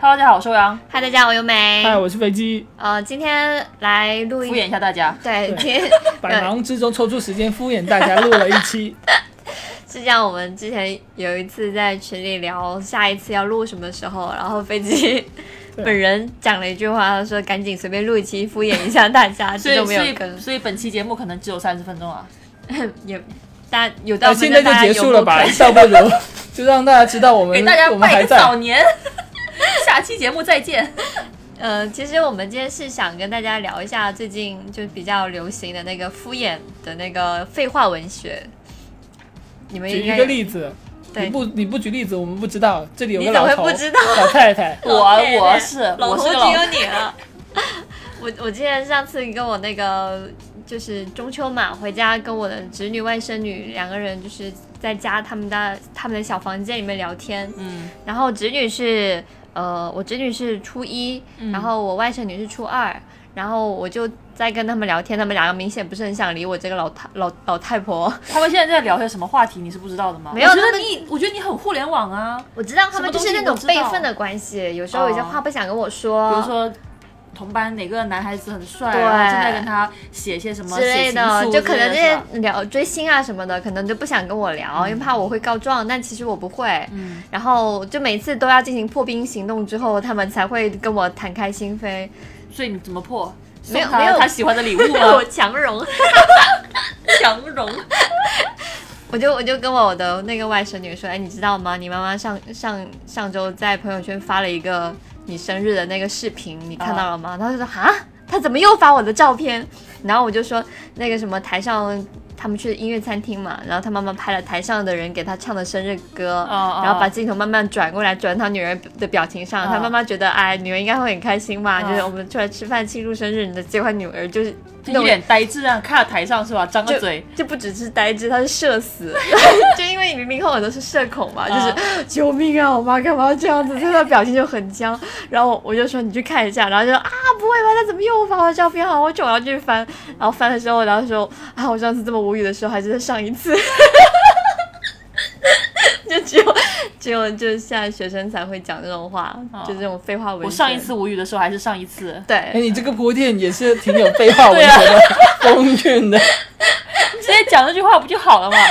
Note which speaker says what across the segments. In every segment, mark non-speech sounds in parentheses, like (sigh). Speaker 1: Hello，大家好，我是欧阳，
Speaker 2: 嗨，大家好，我优美。
Speaker 1: 哎
Speaker 3: 哎嗨，我是飞机。
Speaker 2: 呃，今天来录
Speaker 1: 敷
Speaker 2: 一
Speaker 1: 衍一下大家。
Speaker 2: 对，今天
Speaker 3: 百忙之中抽出时间敷衍大家录了一
Speaker 1: (laughs)
Speaker 3: 期，
Speaker 2: 是这样，我们之前有一次在群里聊下一次要录什么时候，然后飞机 (laughs)
Speaker 3: 对
Speaker 2: 本人讲了一句话，他说赶紧随便录一期敷衍一下大
Speaker 3: (laughs)
Speaker 2: 家，
Speaker 1: 所
Speaker 2: 这
Speaker 1: 以
Speaker 2: 就没
Speaker 1: 所
Speaker 2: 有跟
Speaker 1: 以，所以本期节目可能只有三十分钟啊。
Speaker 2: 也大家有到
Speaker 3: 那呃现在就结束了吧？倒不如就让大家知道我们
Speaker 1: 给大家
Speaker 3: 我们
Speaker 1: 拜
Speaker 3: 还
Speaker 1: 个早
Speaker 3: 在。
Speaker 1: 年， (laughs) 下期节目
Speaker 2: (laughs)
Speaker 1: 再见。
Speaker 2: (laughs) 呃，其实我们今天是想跟大家聊一下最近就比较流行的那个敷衍的那个废话文学。你们
Speaker 3: 举
Speaker 2: 应
Speaker 3: 一
Speaker 2: 该
Speaker 3: 个
Speaker 2: 有
Speaker 3: 例子，
Speaker 2: 对
Speaker 3: 你不你不举例子，我们不知道。这里有
Speaker 2: 你
Speaker 3: 个
Speaker 2: 怎么
Speaker 3: 老
Speaker 2: 会
Speaker 3: 头
Speaker 2: 不知道
Speaker 3: 老太太，
Speaker 1: 我我是
Speaker 2: 老
Speaker 1: 我
Speaker 2: 头
Speaker 1: 是
Speaker 2: 只
Speaker 1: 老
Speaker 2: 有你了。 (laughs) 我我记得上次跟我那个就是中秋嘛，回家跟我的侄女外甥女两个人就是在家他们的他们的小房间里面聊天，
Speaker 1: 嗯，
Speaker 2: 然后侄女是呃我侄女是初一，
Speaker 1: 嗯
Speaker 2: 然后我外甥女是初二，然后我就在跟他们聊天，他们两个明显不是很想理我这个老太老老太婆， (laughs)
Speaker 1: 他们现在在聊些什么话题，你是不知道的吗？
Speaker 2: 没有
Speaker 1: 我觉
Speaker 2: 他
Speaker 1: 得
Speaker 2: 们
Speaker 1: 你，我觉得你很互联网啊。
Speaker 2: 我知道他
Speaker 1: 什
Speaker 2: 们
Speaker 1: 么
Speaker 2: 就
Speaker 1: 东
Speaker 2: 是
Speaker 1: 西
Speaker 2: 那种
Speaker 1: 我知
Speaker 2: 辈
Speaker 1: 道
Speaker 2: 分的关系，有时候有些
Speaker 1: 哦
Speaker 2: 话不想跟我说，
Speaker 1: 比如说同班哪个男孩子很帅，
Speaker 2: 啊对
Speaker 1: 然后正在跟他写些什么
Speaker 2: 之类的，就可能这
Speaker 1: 这
Speaker 2: 些聊追星啊什么的，可能就不想跟我聊，因为怕我会告状，但其实我不会。
Speaker 1: 嗯，
Speaker 2: 然后就每次都要进行破冰行动之后，他们才会跟我坦开心扉，
Speaker 1: 所以你怎么破？
Speaker 2: 没有
Speaker 1: 送他
Speaker 2: 没有
Speaker 1: 他喜欢的礼物吗
Speaker 2: (laughs) 我？强融。
Speaker 1: 强融，
Speaker 2: 我就我就跟我的那个外甥女说，哎，你知道吗？你妈妈上上上周在朋友圈发了一个你生日的那个视频，你看到了吗？她就说啊，她怎么又发我的照片？然后我就说那个什么台上他们去音乐餐厅嘛，然后她妈妈拍了台上的人给她唱的生日歌，
Speaker 1: 哦
Speaker 2: 然后把镜头慢慢转过来，转她女儿的表情上，
Speaker 1: 哦
Speaker 2: 她妈妈觉得哎，女儿应该会很开心吧，
Speaker 1: 哦
Speaker 2: 就是我们出来吃饭庆祝生日，你的结果女儿就是 (laughs) 那
Speaker 1: 就一
Speaker 2: 种
Speaker 1: 脸呆滞啊，看着台上是吧？张
Speaker 2: 就
Speaker 1: 个嘴，
Speaker 2: 就不只是呆滞，他是社死， (laughs) 嗯就因为明明和我都是社恐嘛，就是、救命啊，我妈干嘛要这样子？所以他表情就很僵。然后我我就说你去看一下，然后就说啊不会吧，他怎么又发我的照片？好我久，然后就去翻，然后翻的时候，然后说啊我上次这么无语的时候还是在上一次， (laughs) 就只有只有就是现在学生才会讲这种话，哦就这种废话文学。
Speaker 1: 我上一次无语的时候还是上一次， (laughs)
Speaker 3: 哎，
Speaker 2: 对，
Speaker 3: 你这个铺垫也是挺有废话文
Speaker 1: 啊
Speaker 3: 学的风韵的。
Speaker 1: 直接讲这句话不就好了吗？
Speaker 2: (laughs)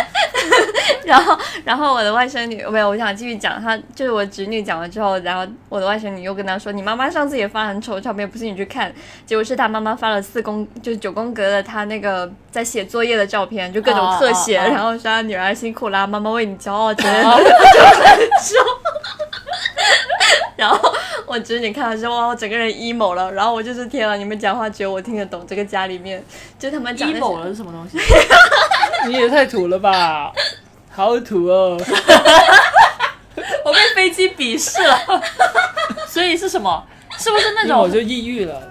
Speaker 2: 然后，然后我的外甥女没有，我想继续讲，她就是我侄女讲了之后，然后我的外甥女又跟她说，你妈妈上次也发很丑的照片，不信你去看，结果是她妈妈发了四宫，就是九宫格的她那个在写作业的照片，就各种特写，
Speaker 1: 哦哦哦
Speaker 2: 然后说啊女儿辛苦啦，妈妈为你骄傲之类的，
Speaker 1: 哦
Speaker 2: (laughs) 就很丑。 (laughs) 然后我侄女看了之后，哇，我整个人 emo 了。然后我就是天啊，你们讲话只有我听得懂，这个家里面就他们讲那些
Speaker 1: emo 了是什么东西？
Speaker 3: 你也太土了吧，好土哦！
Speaker 1: (laughs) 我被飞机鄙视了， (laughs) 所以是什么？是不是那
Speaker 3: 因为我
Speaker 1: 种
Speaker 3: 就抑郁了，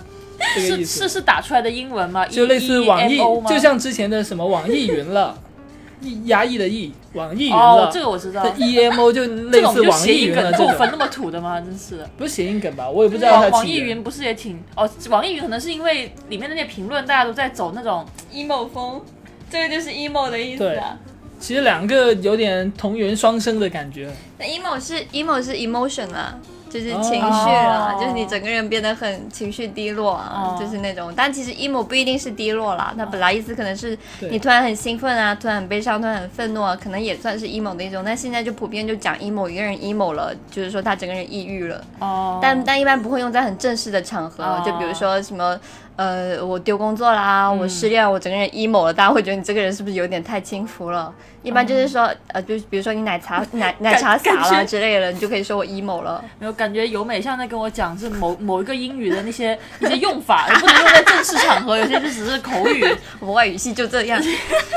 Speaker 3: 这个
Speaker 1: 是
Speaker 3: 意
Speaker 1: 是
Speaker 3: 思。
Speaker 1: 是打出来的英文吗？E
Speaker 3: 就类似网易
Speaker 1: EEMO，吗
Speaker 3: 就像之前的什么网易云了， (laughs) 抑压抑的抑，网易云
Speaker 1: 哦
Speaker 3: 了，。
Speaker 1: 这个我知道
Speaker 3: (laughs) 这，EMO ，E 就
Speaker 1: 这
Speaker 3: 类
Speaker 1: 种
Speaker 3: 似
Speaker 1: 就
Speaker 3: 网
Speaker 1: 谐
Speaker 3: 易
Speaker 1: 音
Speaker 3: 云
Speaker 1: 梗
Speaker 3: 了这
Speaker 1: 扣
Speaker 3: 种，
Speaker 1: 分那么土的吗？真是。
Speaker 3: 不是谐音梗吧？我也不知道它
Speaker 1: 网
Speaker 3: 的
Speaker 1: 网
Speaker 3: 起
Speaker 1: 易
Speaker 3: 源
Speaker 1: 云不是也挺哦？网易云可能是因为里面的那些评论，大家都在走那种
Speaker 2: emo 风，这个就是 emo 的意思
Speaker 3: 对
Speaker 2: 啊。
Speaker 3: 其实两个有点同源双生的感觉。
Speaker 2: 那 emo 是 emo 是 emotion 啊，就是
Speaker 3: 哦
Speaker 2: 情绪啊，
Speaker 1: 哦
Speaker 2: 就是你整个人变得很情绪低落啊，
Speaker 1: 哦
Speaker 2: 就是那种。但其实 emo 不一定是低落啦，它本来意思可能是
Speaker 3: 对
Speaker 2: 你突然很兴奋啊，突然很悲伤，突然很愤怒啊，可能也算是 emo 的一种。但现在就普遍就讲 emo 一个人 emo 了，就是说他整个人抑郁了。
Speaker 1: 哦，
Speaker 2: 但但一般不会用在很正式的场合，
Speaker 1: 哦嗯
Speaker 2: 就比如说什么。呃，我丢工作啦，我失恋，我整个人 emo 了，大家会觉得你这个人是不是有点太轻浮了？一般就是说，呃，就比如说你奶
Speaker 1: (laughs)
Speaker 2: 茶奶奶茶洒
Speaker 1: 感
Speaker 2: 了
Speaker 1: 觉
Speaker 2: 之类的，你就可以说我 emo 了。
Speaker 1: 没有感觉由美像在跟我讲是某某一个英语的那些那些用法，不能用在正式场合，有些就只是口语。
Speaker 2: 我们外语系就这
Speaker 1: (laughs)
Speaker 2: 样，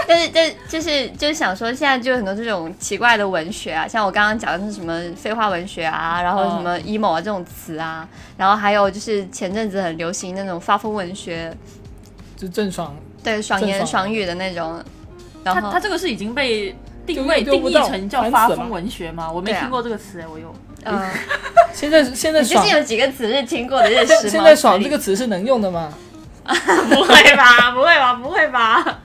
Speaker 2: 但是但就是就是想说，现在就有很多这种奇怪的文学啊，像我刚刚讲的是什么废话文学啊，然后什
Speaker 1: 哦
Speaker 2: 么 emo 啊这种词啊，然后还有就是前阵子很流行那种发疯文学，
Speaker 3: 就郑爽，
Speaker 2: 对，爽言
Speaker 3: 正爽
Speaker 2: 爽语的那种。然
Speaker 1: 他
Speaker 2: 后
Speaker 1: 他这个是已经被定位
Speaker 3: 就就
Speaker 1: 定
Speaker 3: 不
Speaker 1: 义
Speaker 3: 到
Speaker 1: 成叫
Speaker 3: 烦死
Speaker 1: 发
Speaker 3: 了
Speaker 1: 疯文学吗？我没
Speaker 2: 对啊
Speaker 1: 听过这个词哎，我有。
Speaker 2: 嗯，
Speaker 3: 现在现在
Speaker 2: 你最
Speaker 3: 爽
Speaker 2: 近，有几个词是听过的认识吗？
Speaker 3: (laughs) 现现在爽这个词是能用的吗？
Speaker 2: (laughs)
Speaker 1: 嗯
Speaker 2: 不会吧？不会吧？不会吧？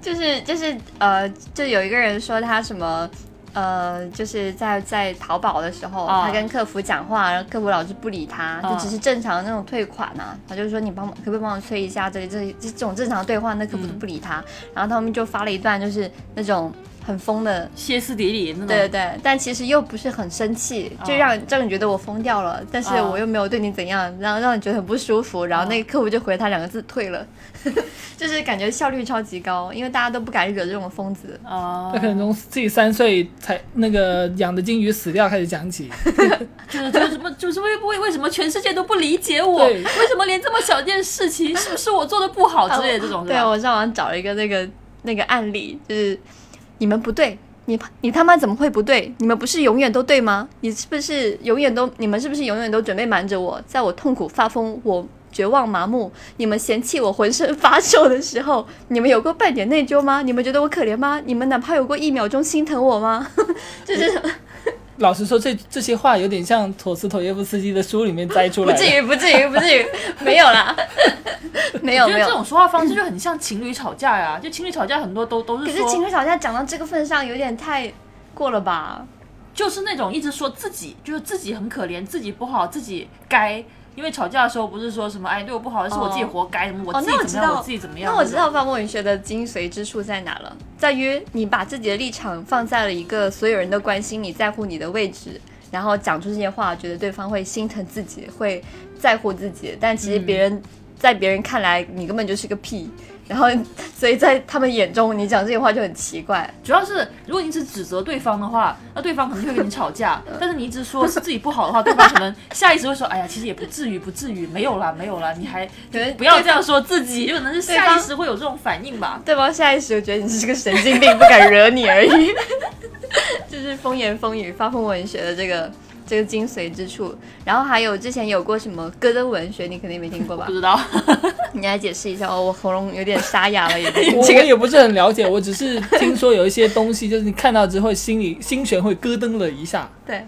Speaker 2: 就是就是呃，就有一个人说他什么。呃，就是在在淘宝的时候，
Speaker 1: 啊
Speaker 2: 他跟客服讲话，然后客服老是不理他，
Speaker 1: 啊
Speaker 2: 就只是正常的那种退款呐、他就说你帮我可不可以帮我催一下这这这种正常的对话，那客服都不理他，然后他们就发了一段就是那种很疯的。
Speaker 1: 歇斯底里那种。
Speaker 2: 对对对，但其实又不是很生气，
Speaker 1: 啊
Speaker 2: 就让让你觉得我疯掉了，但是
Speaker 1: 啊
Speaker 2: 我又没有对你怎样，然后让你觉得很不舒服，然后
Speaker 1: 哦
Speaker 2: 那个客服就回他两个字退了， (laughs) 就是感觉效率超级高，因为大家都不敢惹这种疯子。
Speaker 1: 啊
Speaker 3: 那，可能从自己三岁才那个养的金鱼死掉开始讲
Speaker 1: (laughs)
Speaker 3: 起，
Speaker 1: 就是就是什么 (laughs) 就是为为为什么全世界都不理解我？
Speaker 3: 对
Speaker 1: (laughs) 为什么连这么小件事情是不是我做的
Speaker 2: (laughs)
Speaker 1: 不
Speaker 2: 哦
Speaker 1: 好之类的这种？是
Speaker 2: 对，啊
Speaker 1: 吧
Speaker 2: 我上网找了一个那个那个案例，就是你们不对，你你他妈怎么会不对？你们不是永远都对吗？你是不是永远都你们是不是永远都准备瞒着我，在我痛苦发疯，我绝望麻木，你们嫌弃我浑身发抖的时候，你们有过半点内疚吗？你们觉得我可怜吗？你们哪怕有过一秒钟心疼我吗？就是
Speaker 3: 老实说，这这些话有点像陀思妥耶夫斯基的书里面摘出
Speaker 2: 不
Speaker 3: 来
Speaker 2: 至
Speaker 1: (laughs)
Speaker 3: 的。
Speaker 2: 于，不至于，不至于，没有 (laughs) 啦，没有
Speaker 1: 我觉
Speaker 2: 没
Speaker 1: 得
Speaker 2: 有
Speaker 1: 这。种说话方式就很像情侣吵架呀、就情侣吵架很多都都
Speaker 2: 可
Speaker 1: 是
Speaker 2: 是
Speaker 1: 说，
Speaker 2: 情侣吵架讲到这个份上，有点太过了吧？
Speaker 1: 就是那种一直说自己就是自己很可怜，自己不好，自己该。因为吵架的时候不是说什么哎对我不好，是我自己活该，什么我
Speaker 2: 哦
Speaker 1: 自
Speaker 2: 那我
Speaker 1: 己
Speaker 2: 知
Speaker 1: 怎么样，
Speaker 2: 道
Speaker 1: 我自己怎么样。
Speaker 2: 那我知道范博文学的精髓之处在哪了，在于你把自己的立场放在了一个所有人都关心你、在乎你的位置，然后讲出这些话，觉得对方会心疼自己，会在乎自己，但其实
Speaker 1: 嗯
Speaker 2: 别人、在别人看来，你根本就是个屁。然后，所以在他们眼中，你讲这些话就很奇怪。
Speaker 1: 主要是如果你只指责对方的话，那对方可能会跟你吵架；但是你一直说是自己不好的话，对方可能下意识会说：“哎呀，其实也不至于，不至于，没有啦，没有啦，
Speaker 2: (laughs)
Speaker 1: 你还
Speaker 2: 可能
Speaker 1: 不要这样说自己。”有可能是
Speaker 2: 对
Speaker 1: 下
Speaker 2: 方
Speaker 1: 意识会有这种反应吧。
Speaker 2: 对方下意识就觉得你是个神经病，不敢惹你而已。 (laughs) 就是风言风语、发疯文学的这个这个精髓之处。然后还有之前有过什么戈登文学，你肯定没听过吧
Speaker 3: (laughs)
Speaker 1: 不？知道，
Speaker 2: 你来解释一下哦，我喉咙有点沙哑了，已经。
Speaker 3: 我
Speaker 2: 这
Speaker 3: 我
Speaker 2: 个
Speaker 3: 也不是很了解，我只是听说有一些东西，就是你看到之后心里心弦会咯噔了一下。
Speaker 2: 对，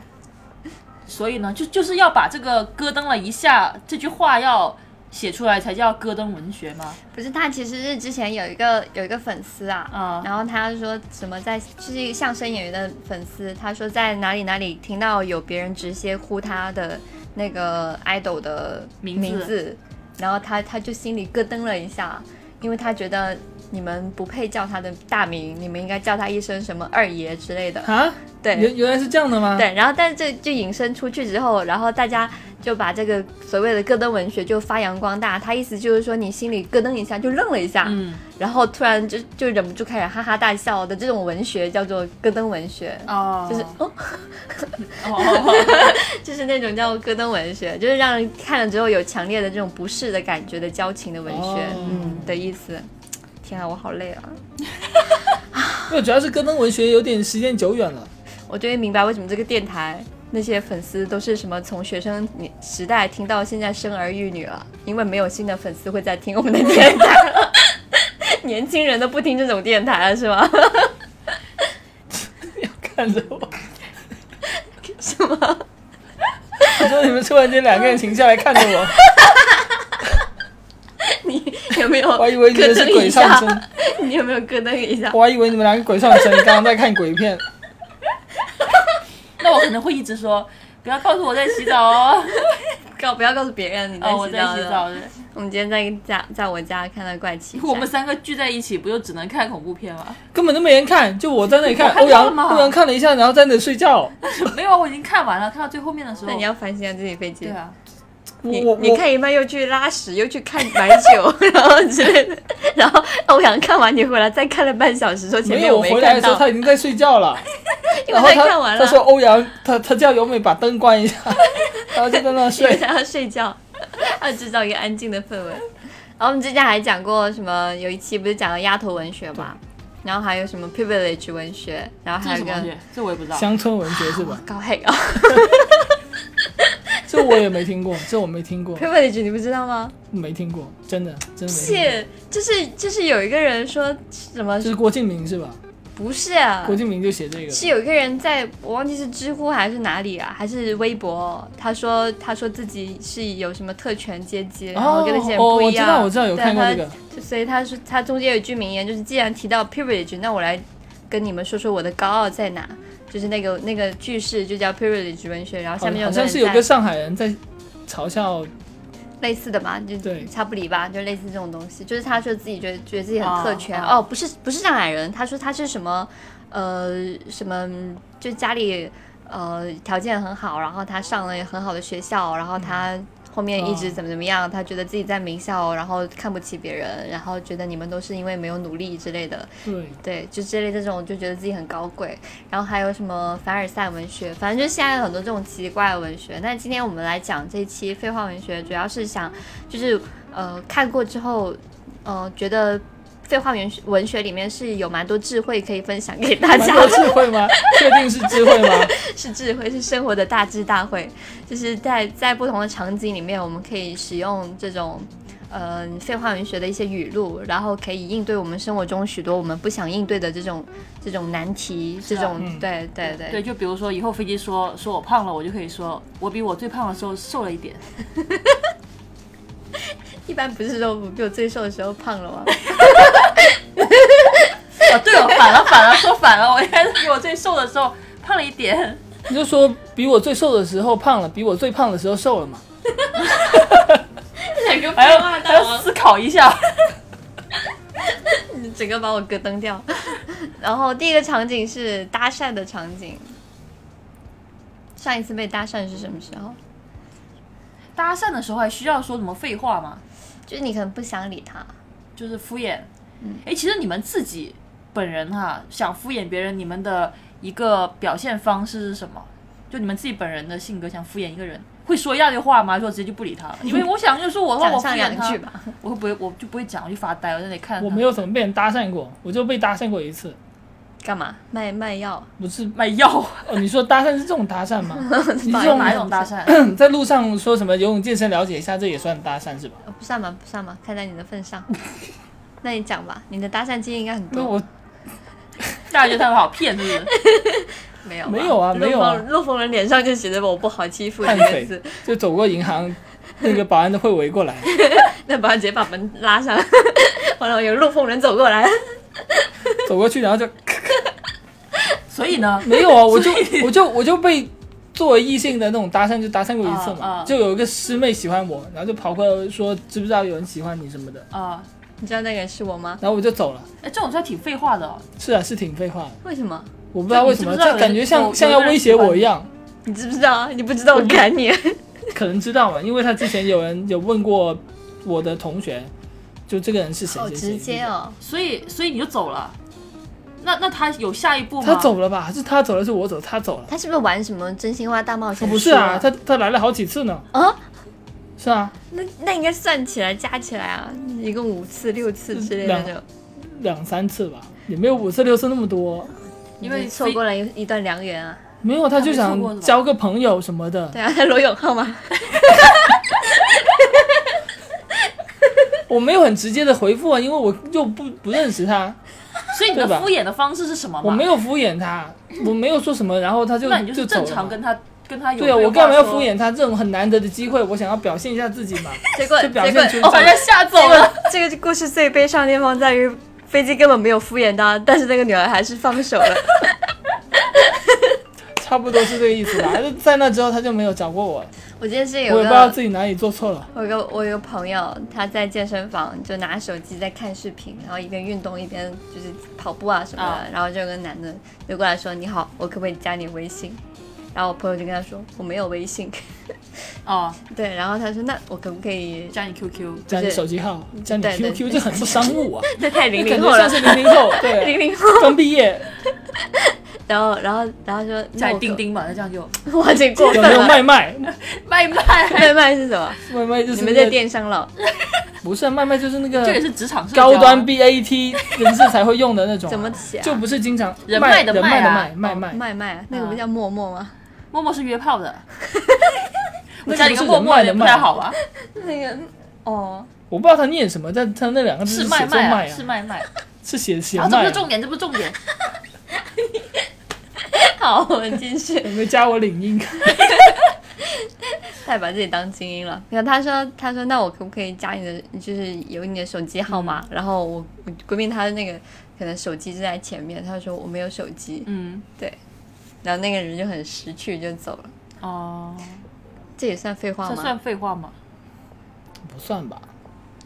Speaker 1: 所以呢，就就是要把这个咯噔了一下这句话要写出来，才叫咯噔文学吗？
Speaker 2: 不是他其实是之前有一个有一个粉丝啊，
Speaker 1: 啊
Speaker 2: 然后他说什么在就是一个相声演员的粉丝，他说在哪里哪里听到有别人直接呼他的那个 idol 的
Speaker 1: 名字
Speaker 2: 名字然后他他就心里咯噔了一下，因为他觉得你们不配叫他的大名，你们应该叫他一声什么二爷之类 (laughs) 的。
Speaker 3: 啊，
Speaker 2: 对，
Speaker 3: 原原来是这样的吗？，
Speaker 2: 对，然后但是这就引申出去之后，然后大家就把这个所谓的咯噔文学就发扬光大。他意思就是说，你心里咯噔一下就愣了一下，
Speaker 1: 嗯，
Speaker 2: 然后突然就就忍不住开始哈哈大笑的这种文学叫做咯噔文学。
Speaker 1: 哦，
Speaker 2: 就是哦，
Speaker 1: 哦哦
Speaker 2: (laughs) 就是那种叫咯噔文学，就是让人看了之后有强烈的这种不适的感觉的交情的文学，
Speaker 3: 哦
Speaker 2: 嗯的意思。天啊，我好累啊！
Speaker 3: 因为主要是咯噔文学有点时间久远了。 (laughs)
Speaker 2: 我终于明白为什么这个电台那些粉丝都是什么从学生年时代听到现在生儿育女了，因为没有新的粉丝会再听我们的电台 (laughs) 了。年轻人都不听这种电台了是吗？ (laughs)
Speaker 3: 你要看着我，
Speaker 2: 什么？
Speaker 3: 我说你们突然间两个人停下来看着
Speaker 2: (laughs)
Speaker 3: 我，
Speaker 2: 你有没有
Speaker 3: 我还以为
Speaker 2: (laughs)
Speaker 3: 你们是
Speaker 2: 咯噔
Speaker 3: 鬼
Speaker 2: 一
Speaker 3: 上
Speaker 2: 下？
Speaker 3: 身，
Speaker 2: (laughs) 你有没有咯噔一下？
Speaker 3: 我还以为你们两个鬼上身，你刚刚在看鬼片。
Speaker 1: (laughs) 那我可能会一直说，不要告诉我在洗澡 (laughs) 哦，
Speaker 2: 告不要告诉别人你在
Speaker 1: 哦，我
Speaker 2: 洗
Speaker 1: 在
Speaker 2: 澡
Speaker 1: 洗
Speaker 2: 呢。
Speaker 1: 澡的。
Speaker 2: 我们今天在家，在我家看到怪
Speaker 3: (laughs)
Speaker 2: 奇
Speaker 1: 我们三个聚在一起，不就只能看恐怖片吗？ (laughs)
Speaker 3: 根本都没人看，就我在那里看
Speaker 1: 我。看
Speaker 3: 欧阳
Speaker 1: 到了吗
Speaker 3: 欧阳看了一下，然后在那里睡觉。
Speaker 1: 没有啊，我已经看完了，看到最后面的时候
Speaker 2: 那。你要反省一下自己飞机。
Speaker 1: 对啊，
Speaker 3: 我
Speaker 2: 你
Speaker 3: 我
Speaker 2: 你看一半又去拉屎，又去看买酒， (laughs) 然后之类的。然后欧阳看完你回来再看了半小时，说前
Speaker 3: 没
Speaker 2: 面
Speaker 3: 有，我
Speaker 2: 没
Speaker 3: 回来
Speaker 2: 看
Speaker 3: 的时候
Speaker 2: 到，
Speaker 3: 他已经在睡觉了。
Speaker 2: 因为
Speaker 3: 然后
Speaker 2: 他
Speaker 3: 他
Speaker 2: 看完了，
Speaker 3: 他说欧阳，他他叫由美把灯关
Speaker 2: (laughs)
Speaker 3: 一下，然后就在那
Speaker 2: 因为
Speaker 3: 睡。
Speaker 2: 他要睡觉， (laughs) 要制造一个安静的氛围。然后我们之前还讲过什么？有一期不是讲了丫头文学嘛，然后还有什么 privilege 文学，然后
Speaker 1: 这
Speaker 2: 还
Speaker 1: 是
Speaker 2: 有
Speaker 1: 什
Speaker 2: 一个
Speaker 1: 么东西？这我也不知道。
Speaker 3: 乡村文学是吧？
Speaker 2: 高黑啊
Speaker 3: 这我也没听过，这我没听过，
Speaker 2: (laughs) privilege 你不知道吗？
Speaker 3: 没听过，真的真的没听过。
Speaker 2: 是，就是就是有一个人说什么
Speaker 3: 这是郭敬明是吧？
Speaker 2: 不是啊
Speaker 3: 郭，敬明就写这个。
Speaker 2: 是有一个人在，我忘记是知乎还是哪里啊，还是微博，他说他说自己是有什么特权阶级，然后跟那些人
Speaker 3: 哦，
Speaker 2: 不
Speaker 3: 我
Speaker 2: 一
Speaker 3: 知
Speaker 2: 样。
Speaker 3: 道，我知道有看过这
Speaker 2: 对
Speaker 3: 个。
Speaker 2: 他就所以他说他中间有一句名言，就是既然提到 privilege，那我来跟你们说说我的高傲在哪。就是那个那个句式就叫 peerage 文学，然后下面
Speaker 3: 好
Speaker 2: 有个
Speaker 3: 像
Speaker 2: 人
Speaker 3: 是有
Speaker 2: 在
Speaker 3: 个上海人在嘲笑，
Speaker 2: 类似的吧，就
Speaker 3: 对
Speaker 2: 差不离吧，就类似这种东西。就是他说自己觉得觉得自己
Speaker 1: 啊
Speaker 2: 很特权、
Speaker 1: 啊
Speaker 2: 哦，不是不是上海人，他说他是什么呃什么，就家里呃条件很好，然后他上了很好的学校，然后他后面一直
Speaker 3: 哦
Speaker 2: 怎么怎么样，他觉得自己在名校，然后看不起别人，然后觉得你们都是因为没有努力之类的。 (laughs)
Speaker 3: 对，
Speaker 2: 对，就之类的这种，就觉得自己很高贵。然后还有什么凡尔赛文学，反正就是现在有很多这种奇怪的文学。那今天我们来讲这一期废话文学，主要是想就是呃看过之后，呃觉得废话文学文学里面是有蛮多智慧可以分享给大
Speaker 3: 蛮
Speaker 2: 家
Speaker 3: 多智慧吗？ (laughs) 确定是智慧吗？
Speaker 2: 是智慧，是生活的大智大慧，就是在在不同的场景里面，我们可以使用这种。呃，废话文学的一些语录，然后可以应对我们生活中许多我们不想应对的这种这种难题，这
Speaker 1: 啊
Speaker 2: 种、
Speaker 3: 嗯
Speaker 2: 对对对
Speaker 1: 对，就比如说以后飞机说说我胖了，我就可以说我比我最胖的时候瘦了一点。 (laughs)
Speaker 2: 一般不是说我比我最瘦的时候胖
Speaker 1: (laughs)
Speaker 2: 了吗？
Speaker 1: 哦，对哦，反了反了，说反了，我应该是比我最瘦的时候胖了一点。
Speaker 3: 你就说比我最瘦的时候胖了，比我最胖的时候瘦了嘛。
Speaker 2: 整个
Speaker 1: 还要还要思考一下。 (laughs)
Speaker 2: 整个把我咯噔掉。 (laughs) 然后第一个场景是搭讪的场景。上一次被搭讪是什么时候？
Speaker 1: 搭讪的时候还需要说什么废话吗？
Speaker 2: 就是你可能不想理他，
Speaker 1: 就是敷衍。
Speaker 2: 嗯
Speaker 1: 哎，其实你们自己本人哈、想敷衍别人，你们的一个表现方式是什么？就你们自己本人的性格，想敷衍一个人，会说压力话吗？还是说直接就不理他了？因为我想就
Speaker 2: (laughs)
Speaker 1: 是我的话，
Speaker 2: 讲
Speaker 1: 我敷
Speaker 2: 上
Speaker 1: 衍
Speaker 2: 两句
Speaker 1: 他，
Speaker 2: 吧。
Speaker 1: 我会不会我就不会讲，我就发呆，我在那里看。
Speaker 2: 嗯
Speaker 3: 我没有怎么被人搭讪过，我就被搭讪过一次，
Speaker 2: 干嘛？卖卖药？
Speaker 3: 不是
Speaker 1: 卖
Speaker 3: (laughs)
Speaker 1: 药，
Speaker 3: 哦？你说搭讪是这种搭
Speaker 2: (laughs)
Speaker 3: 讪吗？你这
Speaker 2: 买
Speaker 3: 种
Speaker 1: 哪一种
Speaker 3: (laughs)
Speaker 1: 搭
Speaker 3: (clears throat)
Speaker 1: 讪？
Speaker 3: 在路上说什么游泳健身了解一下，这也算搭讪是吧？
Speaker 2: 呃不算吧，不算吧，看在你的份
Speaker 3: (laughs)
Speaker 2: 上。那你讲吧，你的搭讪经验应该很
Speaker 3: 那
Speaker 2: 多。
Speaker 3: 我
Speaker 1: 大家觉得他们好骗，是不是？
Speaker 2: 没有吧，
Speaker 3: 没有啊没有啊
Speaker 2: 陆风陆逢人脸上就写着“我不好欺负”
Speaker 3: 悍
Speaker 2: 几个字
Speaker 3: 匪，就走过银行，那个保安都会围过来。
Speaker 2: 那保安直接把门拉上， (laughs) 完了有陆风人走过来，
Speaker 3: 走过去，然后就，
Speaker 1: 所以呢
Speaker 3: 没
Speaker 1: (laughs)
Speaker 3: 有啊，我就我就我就被作为异性的那种搭讪就搭讪过一次嘛，
Speaker 1: 啊啊
Speaker 3: 就有一个师妹喜欢我，然后就跑过来说知不知道有人喜欢你什么的，
Speaker 1: 啊、
Speaker 2: 你知道那个人是我吗？
Speaker 3: 然后我就走了。
Speaker 1: 哎，这种算挺废话的、哦。
Speaker 3: 是啊，是挺废话的，
Speaker 2: 为什么？
Speaker 3: 我不知道为什
Speaker 1: 就
Speaker 3: 么，
Speaker 1: 你知不知道
Speaker 3: 就感觉
Speaker 1: 有
Speaker 3: 像
Speaker 1: 有
Speaker 3: 像要威胁我一样，
Speaker 2: 你知不知道？你不知道我赶
Speaker 3: (laughs)
Speaker 2: 你。
Speaker 3: 可能知道嘛，因为他之前有人有问过我的同学，就这个人是谁
Speaker 2: 好
Speaker 3: 谁
Speaker 2: 直
Speaker 3: 谁，
Speaker 2: 接哦！
Speaker 1: 所以，所以你就走了。那那他有下一步吗？
Speaker 3: 他走了吧？是他走了，是我走，他走了。
Speaker 2: 他是不是玩什么真心话大冒险？
Speaker 3: 不是啊，他他来了好几次呢。
Speaker 2: 啊，
Speaker 3: 是啊，
Speaker 2: 那那应该算起来加起来啊，一共五次六次之类的
Speaker 3: 两
Speaker 2: 就，
Speaker 3: 两三次吧，也没有五次六次那么多。
Speaker 1: 因为
Speaker 2: 你错过了一一段良缘啊。
Speaker 3: 没有，他就
Speaker 1: 他没错过是
Speaker 3: 想
Speaker 1: 吧
Speaker 3: 交个朋友什么的。
Speaker 2: 对啊，罗永浩吗？
Speaker 3: 我没有很直接的回复啊，因为我又不不认识他，
Speaker 1: 所以你的
Speaker 3: 对吧
Speaker 1: 敷衍的方式是什么嘛？
Speaker 3: 我没有敷衍他，我没有说什么，然后他就
Speaker 1: 那你就是
Speaker 3: 走了
Speaker 1: 正常
Speaker 3: 嘛
Speaker 1: 跟他跟他有
Speaker 3: 对啊，
Speaker 1: 对
Speaker 3: 我
Speaker 1: 话
Speaker 3: 干嘛要
Speaker 1: 说
Speaker 3: 敷？衍他？这种很难得的机会，我想要表现一下自己嘛。
Speaker 2: (laughs) 结果
Speaker 3: 就表
Speaker 2: 结
Speaker 3: 现
Speaker 2: 果
Speaker 3: 出
Speaker 1: 哦，把人家吓走
Speaker 3: (laughs)
Speaker 1: 了。
Speaker 2: (laughs) 这个故事最悲伤的地方在于，飞机根本没有敷衍他，但是那个女孩还是放手了。
Speaker 3: 差不多是这个意
Speaker 2: (laughs)
Speaker 3: 思吧。在那之后，他就没有找过我了，
Speaker 2: (laughs) 我记得是
Speaker 3: 我
Speaker 2: 有
Speaker 3: 也不知道
Speaker 2: 个
Speaker 3: 自己哪里做错了。
Speaker 2: 我有个我有个朋友，他在健身房就拿手机在看视频，然后一边运动一边就是跑步啊什么的，
Speaker 1: 啊
Speaker 2: 然后就有个男的就过来说：“你好，我可不可以加你微信？”然后我朋友就跟他说：“我没有微 (laughs) 信。
Speaker 1: 哦，”
Speaker 2: 对，然后他说：“那我可不可以
Speaker 1: 加你 QQ，
Speaker 3: 加你
Speaker 2: 就是
Speaker 3: 手机号，加你
Speaker 2: 对对
Speaker 3: QQ，这很不商
Speaker 2: (laughs)
Speaker 3: 务啊，？”
Speaker 2: 这太零
Speaker 3: 感
Speaker 2: 零
Speaker 3: 觉
Speaker 2: 后了
Speaker 3: 像，是零零后，对
Speaker 2: (laughs) 零
Speaker 3: 啊，
Speaker 2: 零后。
Speaker 3: 刚
Speaker 2: (laughs)
Speaker 3: 毕业，
Speaker 2: 然后然后然后说：“
Speaker 1: 加
Speaker 2: 那
Speaker 1: 你
Speaker 2: 我
Speaker 1: 钉
Speaker 2: (laughs)
Speaker 1: 钉吧，那这样就 (laughs)
Speaker 2: 可，哇，这过
Speaker 3: 有
Speaker 2: 分
Speaker 3: 没有
Speaker 2: 了。 (laughs)
Speaker 3: 卖卖？
Speaker 1: 卖
Speaker 3: (laughs)
Speaker 1: 卖。
Speaker 2: 外卖是什么？
Speaker 3: 卖卖就是
Speaker 2: 你们
Speaker 3: 那
Speaker 2: 在
Speaker 3: 个
Speaker 2: 电商了？
Speaker 3: 不是啊卖卖就是那
Speaker 1: 这
Speaker 3: 个
Speaker 1: 也是职场社交啊
Speaker 3: 高端 BAT 人士才会用的那种啊，
Speaker 2: 啊怎么写啊
Speaker 3: 就不是经常
Speaker 1: 人
Speaker 3: 卖
Speaker 1: 脉的
Speaker 3: 人
Speaker 1: 脉
Speaker 3: 脉的
Speaker 1: 啊
Speaker 3: 卖卖卖，
Speaker 2: 麦麦啊，那个不叫陌陌吗？
Speaker 1: 默默是约炮的，
Speaker 3: (laughs) 那
Speaker 1: 我
Speaker 3: 个
Speaker 1: 加你
Speaker 3: 不
Speaker 1: 个
Speaker 3: 是
Speaker 1: 默
Speaker 3: 人
Speaker 1: 默
Speaker 3: 脉啊
Speaker 1: 也
Speaker 3: 的
Speaker 1: 不太
Speaker 3: 卖
Speaker 1: 好啊吧？
Speaker 2: 那个哦，
Speaker 3: 我不知道他念什么，但他那两个字
Speaker 1: 是
Speaker 3: 写
Speaker 1: 卖
Speaker 3: 作
Speaker 1: 卖啊，
Speaker 3: 卖啊
Speaker 1: 是，卖卖。
Speaker 3: 是写写
Speaker 1: 啊，这不
Speaker 3: 卖
Speaker 1: 是
Speaker 3: 啊。
Speaker 1: 重点，这不是重点。
Speaker 2: (laughs) 好，我们继续。
Speaker 3: 有没有加我领英？
Speaker 2: 太把自己当精英了。然后他说，他说那我可不可以加你的，就是有你的手机号码？然后我我闺蜜她的那个可能手机就在前面，她说我没有手机。
Speaker 1: 嗯，
Speaker 2: 对，然后那个人就很识趣就走了，
Speaker 1: 哦，
Speaker 2: 这也算废话
Speaker 1: 这
Speaker 2: 吗？
Speaker 1: 算废话吗？
Speaker 3: 不算吧？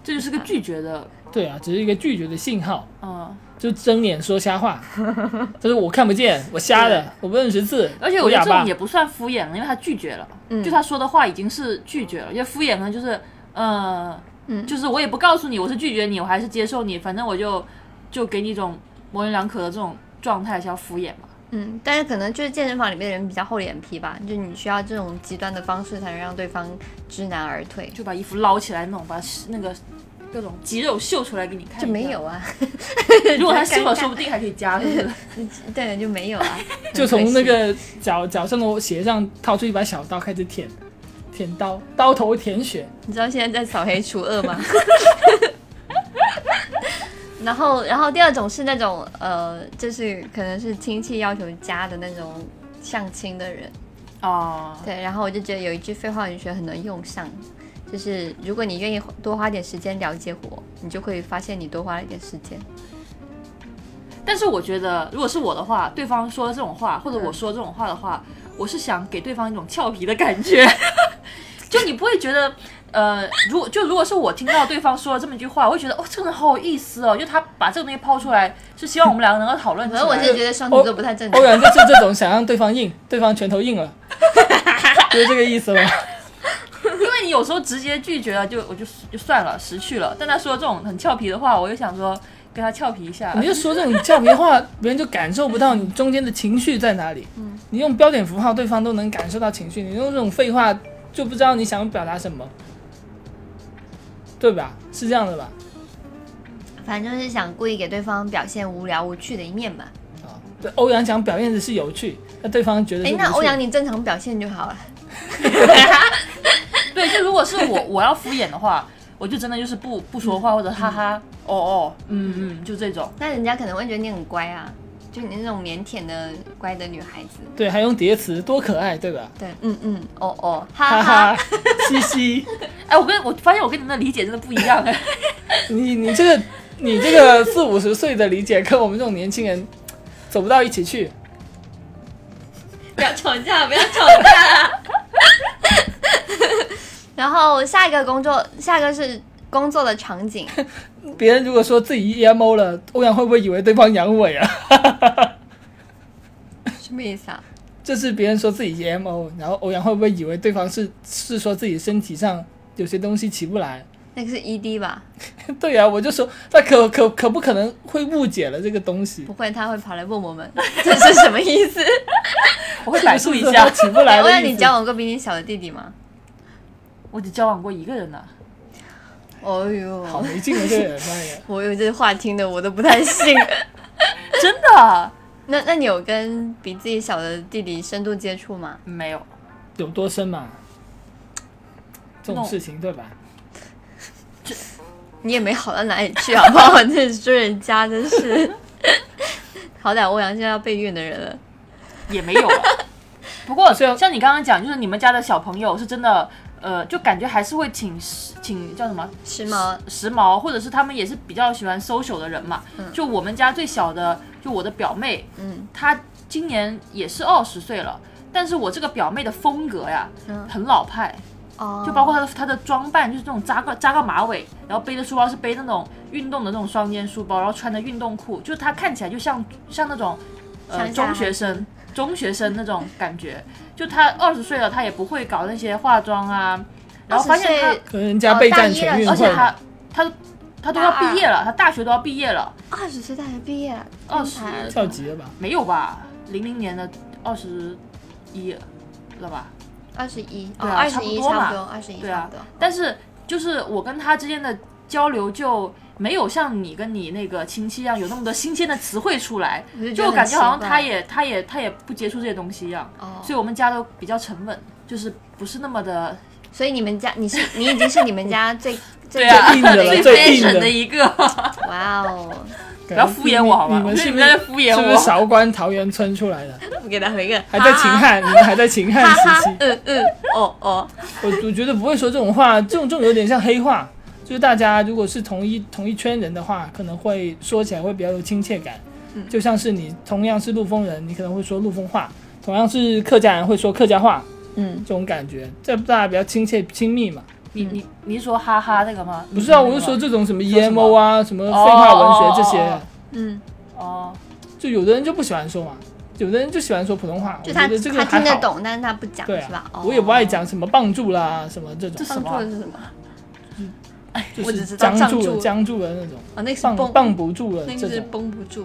Speaker 1: 这就是个拒绝的，
Speaker 3: 对啊，只是一个拒绝的信号，
Speaker 1: 嗯，
Speaker 3: 就睁眼说瞎话。 (laughs) 他说我看不见，我瞎的，我不认识字，
Speaker 1: 而且我觉
Speaker 3: 哑
Speaker 1: 得这种
Speaker 3: 巴
Speaker 1: 也。不算敷衍了，因为他拒绝了，
Speaker 2: 嗯
Speaker 1: 就他说的话已经是拒绝了，因为敷衍呢就是，呃，
Speaker 2: 嗯
Speaker 1: 就是我也不告诉你我是拒绝你，我还是接受你，反正我就就给你一种模棱两可的这种状态叫敷衍嘛。
Speaker 2: 嗯，但是可能就是健身房里面的人比较厚脸皮吧，就你需要这种极端的方式才能让对方知难而退。
Speaker 1: 就把衣服捞起来那种，把那个各种肌肉秀出来给你看。
Speaker 2: 就没有，啊， (laughs)
Speaker 1: 如果他秀了，
Speaker 2: 尴尬
Speaker 1: 说不定还可以加，
Speaker 2: (laughs)
Speaker 1: 是不是？
Speaker 2: 对，就没有啊，
Speaker 3: 就
Speaker 2: 很
Speaker 3: 从
Speaker 2: 可
Speaker 3: 那
Speaker 2: 惜
Speaker 3: 个脚脚上的鞋上掏出一把小刀，开始舔，舔刀，刀头舔血。
Speaker 2: 你知道现在在扫黑除恶 (laughs) 吗？然后，然后第二种是那种呃，就是可能是亲戚要求加的那种相亲的人，
Speaker 1: 哦，
Speaker 2: 对。然后我就觉得有一句废话文学很能用上，就是如果你愿意花多花点时间了解我，你就会发现你多花了一点时间。
Speaker 1: 但是我觉得，如果是我的话，对方说这种话，或者我
Speaker 2: 嗯
Speaker 1: 说这种话的话，我是想给对方一种俏皮的
Speaker 2: (laughs)
Speaker 1: 感觉，就你不会觉得。呃，如果就如果是我听到对方说了这么一句话，我会觉得哦，这个人好有意思哦，就他把这个东西抛出来，是希望我们两个能够讨论起
Speaker 2: 反
Speaker 1: 来。
Speaker 2: 正我是觉得双子座不太正常
Speaker 3: 欧。阳就是这种想让对方硬，对方拳头硬
Speaker 1: (laughs)
Speaker 3: 了，就是这个意思吗？
Speaker 1: 因为你有时候直接拒绝了，就我就就算了，识趣了。但他说这种很俏皮的话，我就想说跟他俏皮
Speaker 3: (laughs)
Speaker 1: 一下。
Speaker 3: 你就说这种俏皮话，别人就感受不到你中间的情绪在哪里。
Speaker 2: 嗯
Speaker 3: 你用标点符号，对方都能感受到情绪；你用这种废话，就不知道你想表达什么，对吧？是这样的吧？
Speaker 2: 反正就是想故意给对方表现无聊无趣的一面吧。
Speaker 3: 啊，对，欧阳想表现的是有趣，那对方觉得是
Speaker 2: 哎，那
Speaker 3: 无趣
Speaker 2: 欧阳你正常表现就好了。
Speaker 1: 对，就如果是
Speaker 2: (laughs)
Speaker 1: 我我要敷衍的话，我就真的就是不不说话，或者哈哈，哦哦，嗯嗯，就这种。
Speaker 2: 那人家可能会觉得你很乖啊，就你那种腼腆的乖的女孩子。
Speaker 3: 对，还用叠词，多可爱，对吧？
Speaker 2: 对，嗯嗯，哦 (laughs) 哦，(laughs) 哈
Speaker 3: 哈
Speaker 2: 哈
Speaker 3: 哈。，嘻嘻，
Speaker 1: 哎，我跟我发现我跟你们的理解真的不一样哎。
Speaker 3: 你你这个你这个四五十岁的理解，跟我们这种年轻人走不到一起去。
Speaker 2: (laughs) 不要吵架，不要吵架。然后下一个工作，下一个是工作的场景，
Speaker 3: 别人如果说自己 emo 了，欧阳会不会以为对方阳痿啊？
Speaker 2: (laughs) 什么意思啊？
Speaker 3: 就是别人说自己 emo，然后欧阳会不会以为对方是是说自己身体上有些东西起不来？ (laughs)
Speaker 2: 那个是 ED 吧？
Speaker 3: 对啊，我就说他可可可不可能会误解了这个东西
Speaker 2: 不？会，他会跑来问我 (laughs) 们这是什么意 (laughs) 思？
Speaker 1: (laughs) 我会百度
Speaker 3: (laughs)
Speaker 1: 一
Speaker 3: 是不是
Speaker 1: 下
Speaker 2: (laughs)
Speaker 3: 说，啊起不来
Speaker 2: 哎那
Speaker 3: 的意
Speaker 2: 你
Speaker 3: 思。
Speaker 2: 交往过比你小的弟弟吗？
Speaker 1: 我只交往过一个人呢、
Speaker 2: 哦呦，
Speaker 3: 好没劲的这个人，妈呀！
Speaker 2: 我有这话听的我都不太信。 (laughs)
Speaker 1: 真的
Speaker 2: 那那你有跟比自己小的弟弟深度接触吗？
Speaker 1: 没有。
Speaker 3: 有多深嘛？这种事情对吧？
Speaker 1: 哦
Speaker 2: 你也没好到哪里去， (laughs) 好不好？那追人家真是， (laughs) 好歹欧阳现在要备孕的人了。
Speaker 1: 也没有了。啊不
Speaker 2: (laughs)
Speaker 1: 过
Speaker 3: 是啊
Speaker 1: 像你刚刚讲，就是你们家的小朋友是真的，呃，就感觉还是会挺时挺叫什么
Speaker 2: 时髦
Speaker 1: 时髦，或者是他们也是比较喜欢 social 的人嘛。就我们家最小的，就我的表妹，
Speaker 2: 嗯，
Speaker 1: 她今年也是二十岁了。但是我这个表妹的风格呀，
Speaker 2: 嗯
Speaker 1: 很老派，
Speaker 2: 哦
Speaker 1: 就包括她的她的装扮，就是那种扎个扎个马尾，然后背的书包是背那种运动的那种双肩书包，然后穿的运动裤，就是她看起来就像像那种呃
Speaker 2: 乡下
Speaker 1: 中学生中学生那种感觉。就她二十岁了，她也不会搞那些化妆啊，然后发现她
Speaker 2: 20岁
Speaker 3: 可能人家备战全
Speaker 2: 哦大一
Speaker 3: 运
Speaker 2: 了
Speaker 3: 会
Speaker 1: 而且
Speaker 3: 嘛，
Speaker 1: 他他他都要毕业了，他大学都要毕业了，
Speaker 2: 二十岁大学毕业了，
Speaker 1: 二十
Speaker 2: 天才
Speaker 3: 跳级了吧？
Speaker 1: 没有吧？零零年的二十一了吧？
Speaker 2: 二十一，哦，
Speaker 1: 对啊
Speaker 2: 二十一
Speaker 1: 差不多嘛
Speaker 2: 差不多，二十一
Speaker 1: 对
Speaker 2: 差
Speaker 1: 啊
Speaker 2: 不多。
Speaker 1: 但是就是我跟他之间的交流就没有像你跟你那个亲戚一样有那么多新鲜的词汇出来
Speaker 2: 我就，觉
Speaker 1: 就
Speaker 2: 得
Speaker 1: 我感觉好像
Speaker 2: 很奇怪
Speaker 1: 他也他也他也不接触这些东西一样，
Speaker 2: 哦，
Speaker 1: 所以我们家都比较沉稳，就是不是那么的
Speaker 2: 所以你们家你是你已经是你们
Speaker 3: (laughs)
Speaker 2: 家最最
Speaker 1: 啊
Speaker 3: 硬的了，最硬
Speaker 1: fashion
Speaker 3: 的
Speaker 1: 的一个，
Speaker 2: 哇哦！
Speaker 3: 不
Speaker 1: 不要敷衍我好吗
Speaker 3: 你们是不
Speaker 1: 我觉得
Speaker 3: 是
Speaker 1: 你们在敷衍我
Speaker 3: 是不是韶关桃源村出来的？
Speaker 2: 我给他回一个，
Speaker 3: 还在秦汉，你们还在秦汉
Speaker 2: 哈哈，哈
Speaker 3: 时
Speaker 2: 哈
Speaker 3: 期，。
Speaker 2: 嗯嗯，哦哦，
Speaker 3: 我我觉得不会说这种话，这种这种有点像黑话。就是大家如果是同一同一圈人的话，可能
Speaker 2: 嗯
Speaker 3: 会说起来会比较有亲切感。就像是你同样是陆丰人，你可能会说陆丰话，同样是客家人会说客家话
Speaker 2: 嗯，
Speaker 3: 这种感觉，这大家比较亲切亲密嘛。
Speaker 1: 你你你是说哈哈那个吗？
Speaker 3: 不是啊，
Speaker 2: 嗯
Speaker 1: 你
Speaker 3: 我
Speaker 1: 那
Speaker 3: 就
Speaker 1: 个
Speaker 3: 说
Speaker 1: 吗
Speaker 3: 这种什么
Speaker 1: 说什么
Speaker 3: emo 啊，什么废话文学这
Speaker 1: 哦哦哦
Speaker 3: 些，
Speaker 2: 嗯，
Speaker 1: 哦，
Speaker 3: 就有的人就不喜欢说嘛，有的人就喜欢说普通话。
Speaker 2: 就
Speaker 3: 我
Speaker 2: 他
Speaker 3: 觉得这个
Speaker 2: 他
Speaker 3: 还
Speaker 2: 听得
Speaker 3: 好，
Speaker 2: 懂，但是他不讲
Speaker 3: 对
Speaker 2: 是吧
Speaker 3: 啊？，
Speaker 2: 哦
Speaker 3: 我也不爱讲什么棒柱啦，什么这种
Speaker 1: 这，
Speaker 2: 上
Speaker 1: 什
Speaker 2: 错
Speaker 1: 么
Speaker 2: 的？是什么？
Speaker 3: 就
Speaker 2: 我只
Speaker 3: 是
Speaker 2: 知道
Speaker 3: 僵
Speaker 2: 藏
Speaker 3: 住了、
Speaker 2: 住
Speaker 3: 僵住了那种，
Speaker 2: 啊，那个是
Speaker 3: 棒
Speaker 2: 绷，
Speaker 3: 棒不住了
Speaker 2: 那
Speaker 3: 这
Speaker 2: 个是
Speaker 3: 种。
Speaker 2: 绷不住。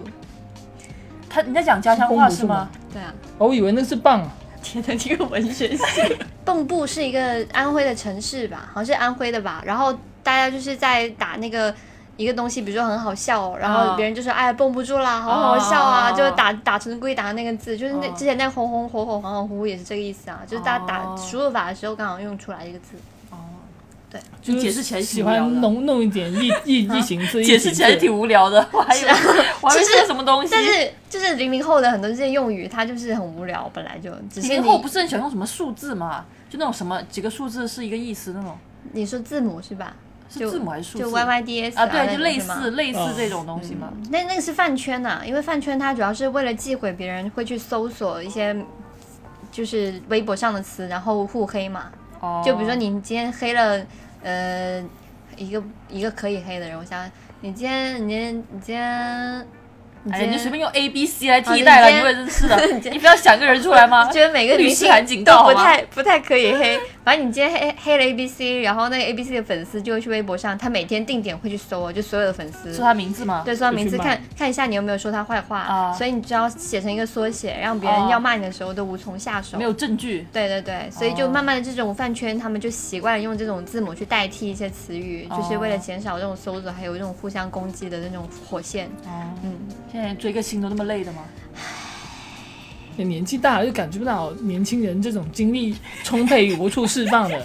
Speaker 1: 他你在讲家乡话是吗？
Speaker 2: 对啊，
Speaker 3: 哦我以为那是棒啊，
Speaker 2: 天哪，这个文学系。 (laughs) 蚌埠是一个安徽的城市吧，好像是安徽的吧。然后大家就是在打那个一个东西，比如说很好笑、哦，然后
Speaker 1: 哦
Speaker 2: 别人就说、哎绷不住啦，好好笑啊，
Speaker 1: 哦
Speaker 2: 就打打成归打那个字，就是那、
Speaker 1: 哦
Speaker 2: 之前那红红火火、恍恍惚惚也是这个意思啊，就是大家打
Speaker 1: 哦
Speaker 2: 输入法的时候刚好用出来一个字。
Speaker 1: 哦，
Speaker 3: 就
Speaker 1: 解释起来
Speaker 3: 是
Speaker 1: 挺
Speaker 3: 喜
Speaker 1: 无聊的啊
Speaker 3: 欢弄弄一点意
Speaker 1: (laughs)
Speaker 3: 意意形字，
Speaker 1: 解释起来挺无聊的，我还以为我还以为
Speaker 2: 啊其实
Speaker 1: 是什么东西。
Speaker 2: 但是就是零零后的很多这些用语，它就是很无聊，本来就只是
Speaker 1: 零
Speaker 2: 你
Speaker 1: 后不是很喜欢用什么数字嘛？就那种什么几个数字是一个意思那种，
Speaker 2: 你说字母是吧？
Speaker 1: 是
Speaker 2: 就
Speaker 1: 字母还是数字？
Speaker 2: 就 Y Y D S
Speaker 1: 啊，对，
Speaker 2: 那
Speaker 1: 就
Speaker 2: 种
Speaker 1: 类
Speaker 2: 是吗
Speaker 1: 似类似
Speaker 3: 嗯
Speaker 1: 这种东西嘛。
Speaker 2: 那那个是饭圈呐、因为饭圈它主要是为了忌讳别人会去搜索一些就是微博上的词，然后互黑嘛。
Speaker 1: 哦，
Speaker 2: 就比如说你今天黑了呃一个一个可以黑的人，我想想你今天你今天你今天你今
Speaker 1: 哎，
Speaker 2: 天
Speaker 1: 你就随便用 A B C 来替代
Speaker 2: (laughs)
Speaker 1: 了，
Speaker 2: 哦你
Speaker 1: 你
Speaker 2: 今
Speaker 1: 会
Speaker 2: 天
Speaker 1: 真是的，你不要想个人出来吗
Speaker 2: 我？觉得每个
Speaker 1: 律
Speaker 2: 明
Speaker 1: 师
Speaker 2: 星
Speaker 1: 函警告
Speaker 2: 都
Speaker 1: 好
Speaker 2: 不
Speaker 1: 吗
Speaker 2: 太不太可以黑。反正你今天黑黑了 A B C，然后那个 A B C 的粉丝就会去微博上，他每天定点会去搜哦，就所有的粉丝
Speaker 1: 说他名字吗？
Speaker 2: 对，说他
Speaker 3: 啊就
Speaker 2: 名
Speaker 3: 去
Speaker 2: 字
Speaker 3: 骂
Speaker 2: 看看一下你有没有说他坏话，
Speaker 1: 啊
Speaker 2: 所以你只要写成一个缩写，让别人
Speaker 1: 哦
Speaker 2: 要骂你的时候都无从下手。
Speaker 1: 没有证据。
Speaker 2: 对对对，所以就
Speaker 1: 哦
Speaker 2: 慢慢的这种饭圈，他们就习惯了用这种字母去代替一些词语，
Speaker 3: 哦
Speaker 2: 就是为了减少这种搜索，还有这种互相攻击的那种火线。
Speaker 3: 哎
Speaker 1: 哦，
Speaker 2: 嗯，
Speaker 1: 现在追个星都那么累的吗？
Speaker 3: 你年纪大了就感觉不到年轻人这种精力充沛无处释放
Speaker 1: (laughs)
Speaker 3: 的，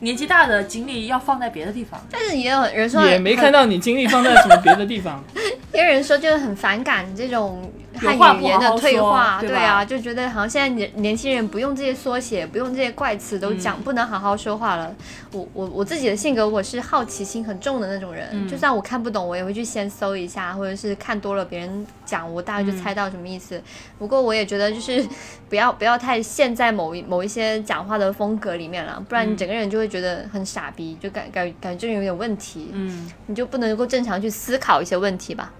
Speaker 1: 年纪大的精力要放在别的地方。
Speaker 2: 但是也有人说
Speaker 3: 也没
Speaker 2: 很
Speaker 3: 看，到你精力放在什么别的地方。 (laughs)
Speaker 2: 也有人说就是很反感这种汉
Speaker 1: 有话
Speaker 2: 语
Speaker 1: 不
Speaker 2: 言
Speaker 1: 好
Speaker 2: 的
Speaker 1: 好
Speaker 2: 退
Speaker 1: 说
Speaker 2: 化，
Speaker 1: 对
Speaker 2: 对
Speaker 1: 吧
Speaker 2: 啊，就觉得好像现在年年轻人不用这些缩写，不用这些怪词
Speaker 1: 嗯
Speaker 2: 都讲，不能好好说话了。我我我自己的性格，我是好奇心很重的那种人，
Speaker 1: 嗯
Speaker 2: 就算我看不懂，我也会去先搜一下，或者是看多了别人讲，我大概就猜到什么意思。不过我也觉得就是 (laughs) 不要不要太陷在某一某一些讲话的风格里面了，不
Speaker 1: 嗯
Speaker 2: 然你整个人就会觉得很傻逼，就感感感觉有点问题， (laughs)
Speaker 1: 嗯，
Speaker 2: 你就不能够正常去思考一些问题吧。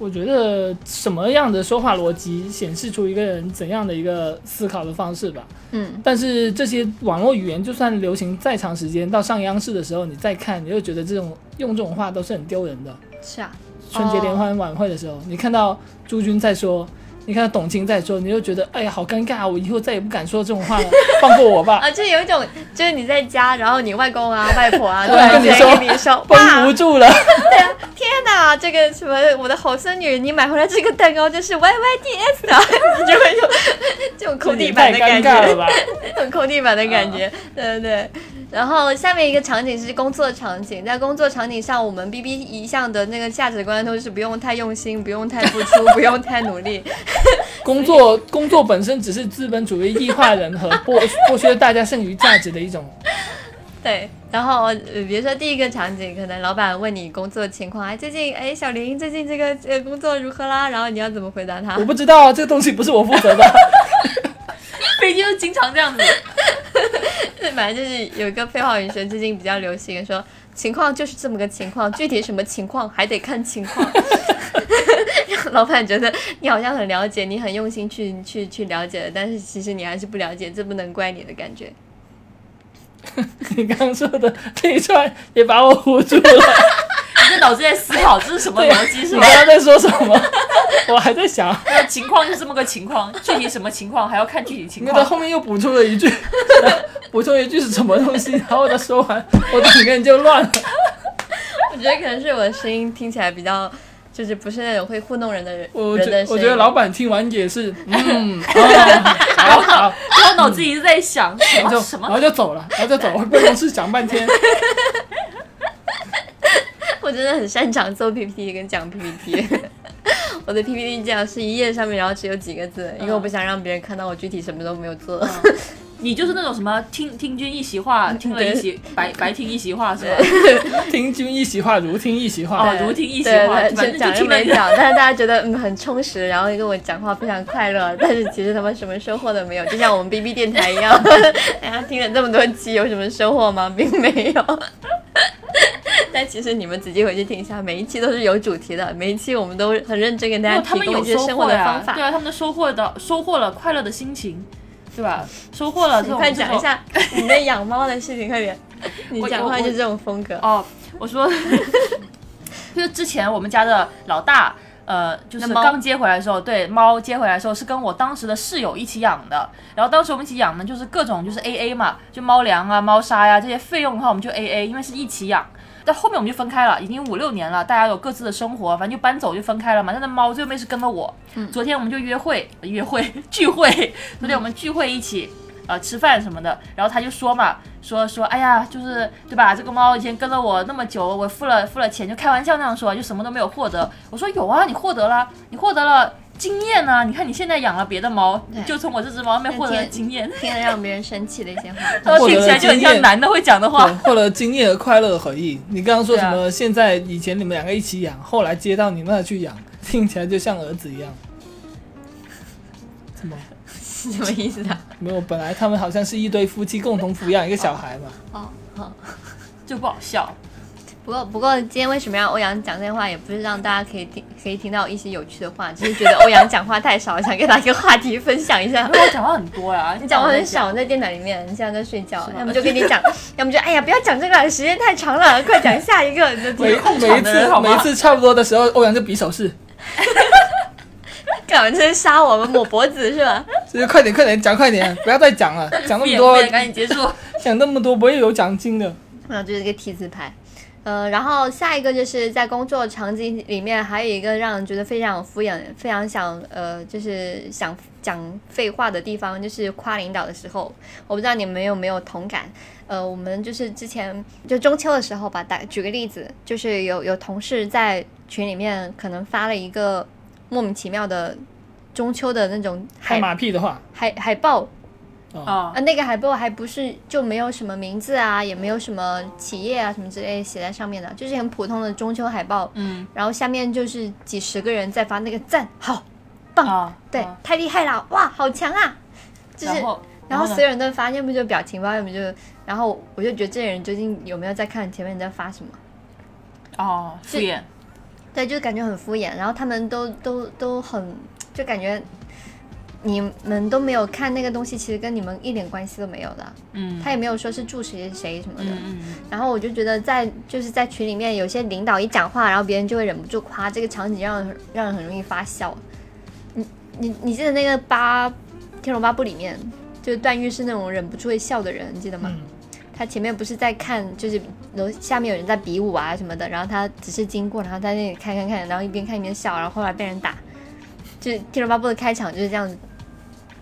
Speaker 3: 我觉得什么样的说话逻辑显示出一个人怎样的一个思考的方式吧。
Speaker 2: 嗯，
Speaker 3: 但是这些网络语言就算流行再长时间，到上央视的时候你再看，你就觉得这种用这种话都是很丢人的。
Speaker 2: 是啊。
Speaker 3: 春节联欢晚会的时候，你看到朱军在说，你看到董卿在说，你就觉得哎呀好尴尬，我以后再也不敢说这种话了，放过我吧，
Speaker 2: (laughs) 啊，就有一种，就是你在家，然后你外公啊、外婆
Speaker 3: (laughs)
Speaker 2: 啊，
Speaker 3: 对
Speaker 2: 突然
Speaker 3: 跟你
Speaker 2: 间
Speaker 3: 说
Speaker 2: 跟你
Speaker 3: (laughs)
Speaker 2: 说，
Speaker 3: 绷不
Speaker 2: 哇，
Speaker 3: 住了。
Speaker 2: 天哪，这个什么，我的好孙女，你买回来这个蛋糕就是 Y Y D S
Speaker 3: (laughs)
Speaker 2: 的，你就会有这种抠地板的
Speaker 3: 这也
Speaker 2: 感 (laughs)
Speaker 3: 太尴尬嗯了
Speaker 2: 觉，
Speaker 3: 吧？
Speaker 2: 这种抠地板的感觉，对对对。然后下面一个场景是工作场景，在工作场景上，我们 B B 一向的那个价值观都是不用太用心，不用太付出，不用太努力，
Speaker 3: 工作工作本身只是资本主义异化人和剥 (laughs) 剥削大家剩余价值的一种。
Speaker 2: 对，然后呃比如说第一个场景，可能老板问你工作情况，哎，最近哎，小林最近这个呃工作如何啦？然后你要怎么回答他
Speaker 3: 我？不知道啊，这个东西不是我负责的。 (laughs)
Speaker 1: 北京就经常这样子。
Speaker 2: 对， (laughs) 反正就是有一个废话文学最近比较流行，说情况就是这么个情况，具体什么情况还得看情况。 (laughs) 让老板觉得你好像很了解，你很用心去去去了解的，但是其实你还是不了解，这不能怪你的感
Speaker 3: (laughs)
Speaker 2: 觉。
Speaker 3: 你刚刚说的这一串也把我唬住了。
Speaker 1: 你的脑子在思考这是什么
Speaker 3: 对啊
Speaker 1: 逻辑是
Speaker 3: 你
Speaker 1: 吧
Speaker 3: 刚？刚在说什
Speaker 2: (laughs)
Speaker 3: 么？我还在想，
Speaker 2: 啊
Speaker 1: 那情况就是这么个情况，具体什么情况还要看具体情
Speaker 3: 你到
Speaker 1: 况。
Speaker 3: 后面又补充了一句，补充一句是什么东西？然后他说完，我整个人就乱了。
Speaker 2: 我觉得可能是我的声音听起来比较，就是不是那种会糊弄人的人。
Speaker 3: 我
Speaker 2: 人
Speaker 3: 觉
Speaker 2: 的声
Speaker 3: 我
Speaker 2: 音
Speaker 3: 觉得老板听完也是，嗯，哦、好好，
Speaker 1: 然后脑子一直在
Speaker 2: (laughs)
Speaker 1: 想什
Speaker 3: 然后
Speaker 1: 么
Speaker 3: 就
Speaker 1: 哦什
Speaker 3: 然后
Speaker 1: 么，
Speaker 3: 就走了，然后就走了，办公室讲半天。
Speaker 2: (laughs) 我真的很擅长做 PPT 跟讲 PPT。我 (laughs) 的
Speaker 1: 嗯
Speaker 2: PPT 最好是一页上面，然后只有几个字，因为我不想让别人看到我具体什么都没有做。
Speaker 1: 你就是那种什么听听君一席话，
Speaker 2: 嗯
Speaker 1: 听了一席白白听一席话是吧？
Speaker 3: 听君一席话，如听一席话。
Speaker 1: (laughs) 哦
Speaker 2: 对
Speaker 1: 如听一席
Speaker 2: 对
Speaker 1: 话
Speaker 2: 对
Speaker 1: 反正
Speaker 2: 就
Speaker 1: 就
Speaker 2: 讲又
Speaker 1: 听了
Speaker 2: 没
Speaker 1: 一个
Speaker 2: 讲，但是大家觉得嗯很充实，然后跟我讲话非常快乐， (laughs) 但是其实他们什么收获都没有，就像我们 B B 电台一样， (laughs) 大家听了这么多期有什么收获吗？并没有。 (laughs) 但其实你们仔细回去听一下，每一期都是有主题的，每一期我们都很认真跟大
Speaker 1: 没
Speaker 2: 家
Speaker 1: 有，他
Speaker 2: 提
Speaker 1: 们
Speaker 2: 供
Speaker 1: 有
Speaker 2: 一些
Speaker 1: 收
Speaker 2: 生活
Speaker 1: 获
Speaker 2: 的
Speaker 1: 呀、
Speaker 2: 方法。
Speaker 1: 对啊，他们都收获的收获了快乐的心情，对吧？收获了
Speaker 2: 你
Speaker 1: 这种
Speaker 2: 快
Speaker 1: 这
Speaker 2: 讲一
Speaker 1: 种
Speaker 2: 下 (laughs) 你的养猫的事情，快 (laughs) 点！你
Speaker 1: 我
Speaker 2: 讲
Speaker 1: 我
Speaker 2: 话
Speaker 1: 我
Speaker 2: 就这种风格。
Speaker 1: 哦，我说，就是之前我们家的老大，呃，就是
Speaker 2: 那猫
Speaker 1: 刚接回来的时候，对猫接回来的时候是跟我当时的室友一起养的。然后当时我们一起养呢，就是各种就是 A A 嘛，就猫粮啊、猫砂呀、这些费用的话，我们就 A A，因为是一起养。但后面我们就分开了，已经五六年了，大家有各自的生活，反正就搬走就分开了嘛。但那猫最后面是跟了我。昨天我们就约会，约会 (laughs) 聚会，昨天我们聚会一起。呃，吃饭什么的，然后他就说嘛，说说，哎呀，就是对吧？这个猫以前跟了我那么久，我付了付了钱，就开玩笑那样说，就什么都没有获得。我说有啊，你获得了，你获得了经验呢、你看你现在养了别的猫，
Speaker 2: 对
Speaker 1: 就从我这只猫上面获得了
Speaker 2: (laughs)
Speaker 1: 经验。
Speaker 2: 听了让别人生气的一些话，
Speaker 1: 然后
Speaker 3: 获得
Speaker 1: 听
Speaker 3: 了
Speaker 1: 起来就很
Speaker 3: 经验
Speaker 1: 像男的会讲的话
Speaker 3: 对，，获得经验和快乐的回忆。你刚刚说什
Speaker 1: 对
Speaker 3: 么？现在以前你们两个一起养，后来接到你那去养，听起来就像儿子一样。怎么？
Speaker 2: 是什么意思啊？
Speaker 3: 没有，本来他们好像是一对夫妻共同抚养一个小孩嘛。
Speaker 2: 哦，好。
Speaker 1: 就不好笑。
Speaker 2: 不过，不过今天为什么要欧阳讲这话，也不是让大家可以听可以听到一些有趣的话，只是觉得欧阳讲话太少，想给他一个话题分享一 (laughs) 下
Speaker 1: 因。为哎我讲话很多啊
Speaker 2: (laughs)
Speaker 1: 呀，
Speaker 2: 你讲话很
Speaker 1: 少。
Speaker 2: 少，在电脑里面，你现在在睡觉
Speaker 1: 是，吗
Speaker 2: 要么就跟你讲，要么就哎呀不要讲这个，时间太长了，快讲下一个。你就
Speaker 3: 每
Speaker 2: 听
Speaker 1: 控
Speaker 3: 每
Speaker 1: 场
Speaker 3: 一
Speaker 1: 的人
Speaker 3: 次
Speaker 1: 好
Speaker 3: 每
Speaker 1: 吗
Speaker 3: 一次差不多的时候，欧阳就比手势， (laughs)
Speaker 2: 干嘛？这是杀我们抹脖子是吧？
Speaker 3: 就是快点快点讲快点，不要再讲了，讲那
Speaker 1: (laughs)
Speaker 3: 么
Speaker 1: 敷
Speaker 3: 多
Speaker 1: 衍敷衍赶紧结束。
Speaker 3: 讲那么多不会有奖金的。
Speaker 2: 那就是一个 T 字牌。呃，然后下一个就是在工作场景里面，还有一个让人觉得非常有敷衍、非常想呃，就是想讲废话的地方，就是夸领导的时候。我不知道你们有没有同感？呃，我们就是之前就中秋的时候吧，打举个例子，就是有有同事在群里面可能发了一个莫名其妙的中秋的那种
Speaker 3: 拍
Speaker 2: 海
Speaker 3: 马屁的话，哦
Speaker 2: 海海报，
Speaker 3: 嗯
Speaker 1: 啊、
Speaker 2: 啊，那个海报还不是就没有什么名字啊，也没有什么企业啊什么之类写在上面的，就是很普通的中秋海报。
Speaker 1: 嗯，
Speaker 2: 然后下面就是几十个人在发那个赞，好棒，
Speaker 1: 啊，
Speaker 2: 对，
Speaker 1: 啊
Speaker 2: 太厉害了，哇，好强啊！就是
Speaker 1: 然后
Speaker 2: 然后
Speaker 1: 呢
Speaker 2: 所有人都发，要么就表情包，要么就，然后我就觉得这些人究竟有没有在看前面你在发什么？
Speaker 1: 哦，敷衍，
Speaker 2: 对，就感觉很敷衍，然后他们都都都很，就感觉你们都没有看那个东西，其实跟你们一点关系都没有的。
Speaker 1: 嗯，
Speaker 2: 他也没有说是祝谁谁什么的。
Speaker 1: 嗯嗯
Speaker 2: 然后我就觉得在就是在群里面，有些领导一讲话，然后别人就会忍不住夸，这个场景让人让人很容易发笑。你你你记得那个八《天龙八部》里面，就是段誉是那种忍不住会笑的人，你记得吗？
Speaker 3: 嗯
Speaker 2: 他前面不是在看，就是楼下面有人在比武啊什么的，然后他只是经过，然后在那里看看看，然后一边看一边笑，然后后来被人打，就是《天龙八部》的开场就是这样子。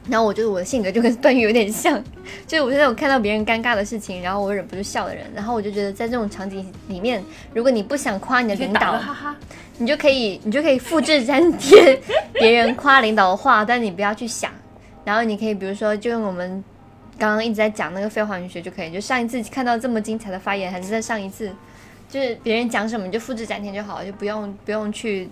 Speaker 2: 然后我觉得我的性格就跟段誉有点像，就是我是那种看到别人尴尬的事情，然后我忍不住笑的人。然后我就觉得在这种场景里面，如果你不想夸你的
Speaker 1: 可以
Speaker 2: 领
Speaker 1: 打
Speaker 2: 导
Speaker 1: 个，哈哈，
Speaker 2: 你就可以你就可以复制粘贴别人夸领导的话，但你不要去想。然后你可以比如说，就用我们刚刚一直在讲那个废话文学就可以，就上一次看到这么精彩的发言，还是在上一次，就是别人讲什么你就复制粘贴就好，就不用不用去。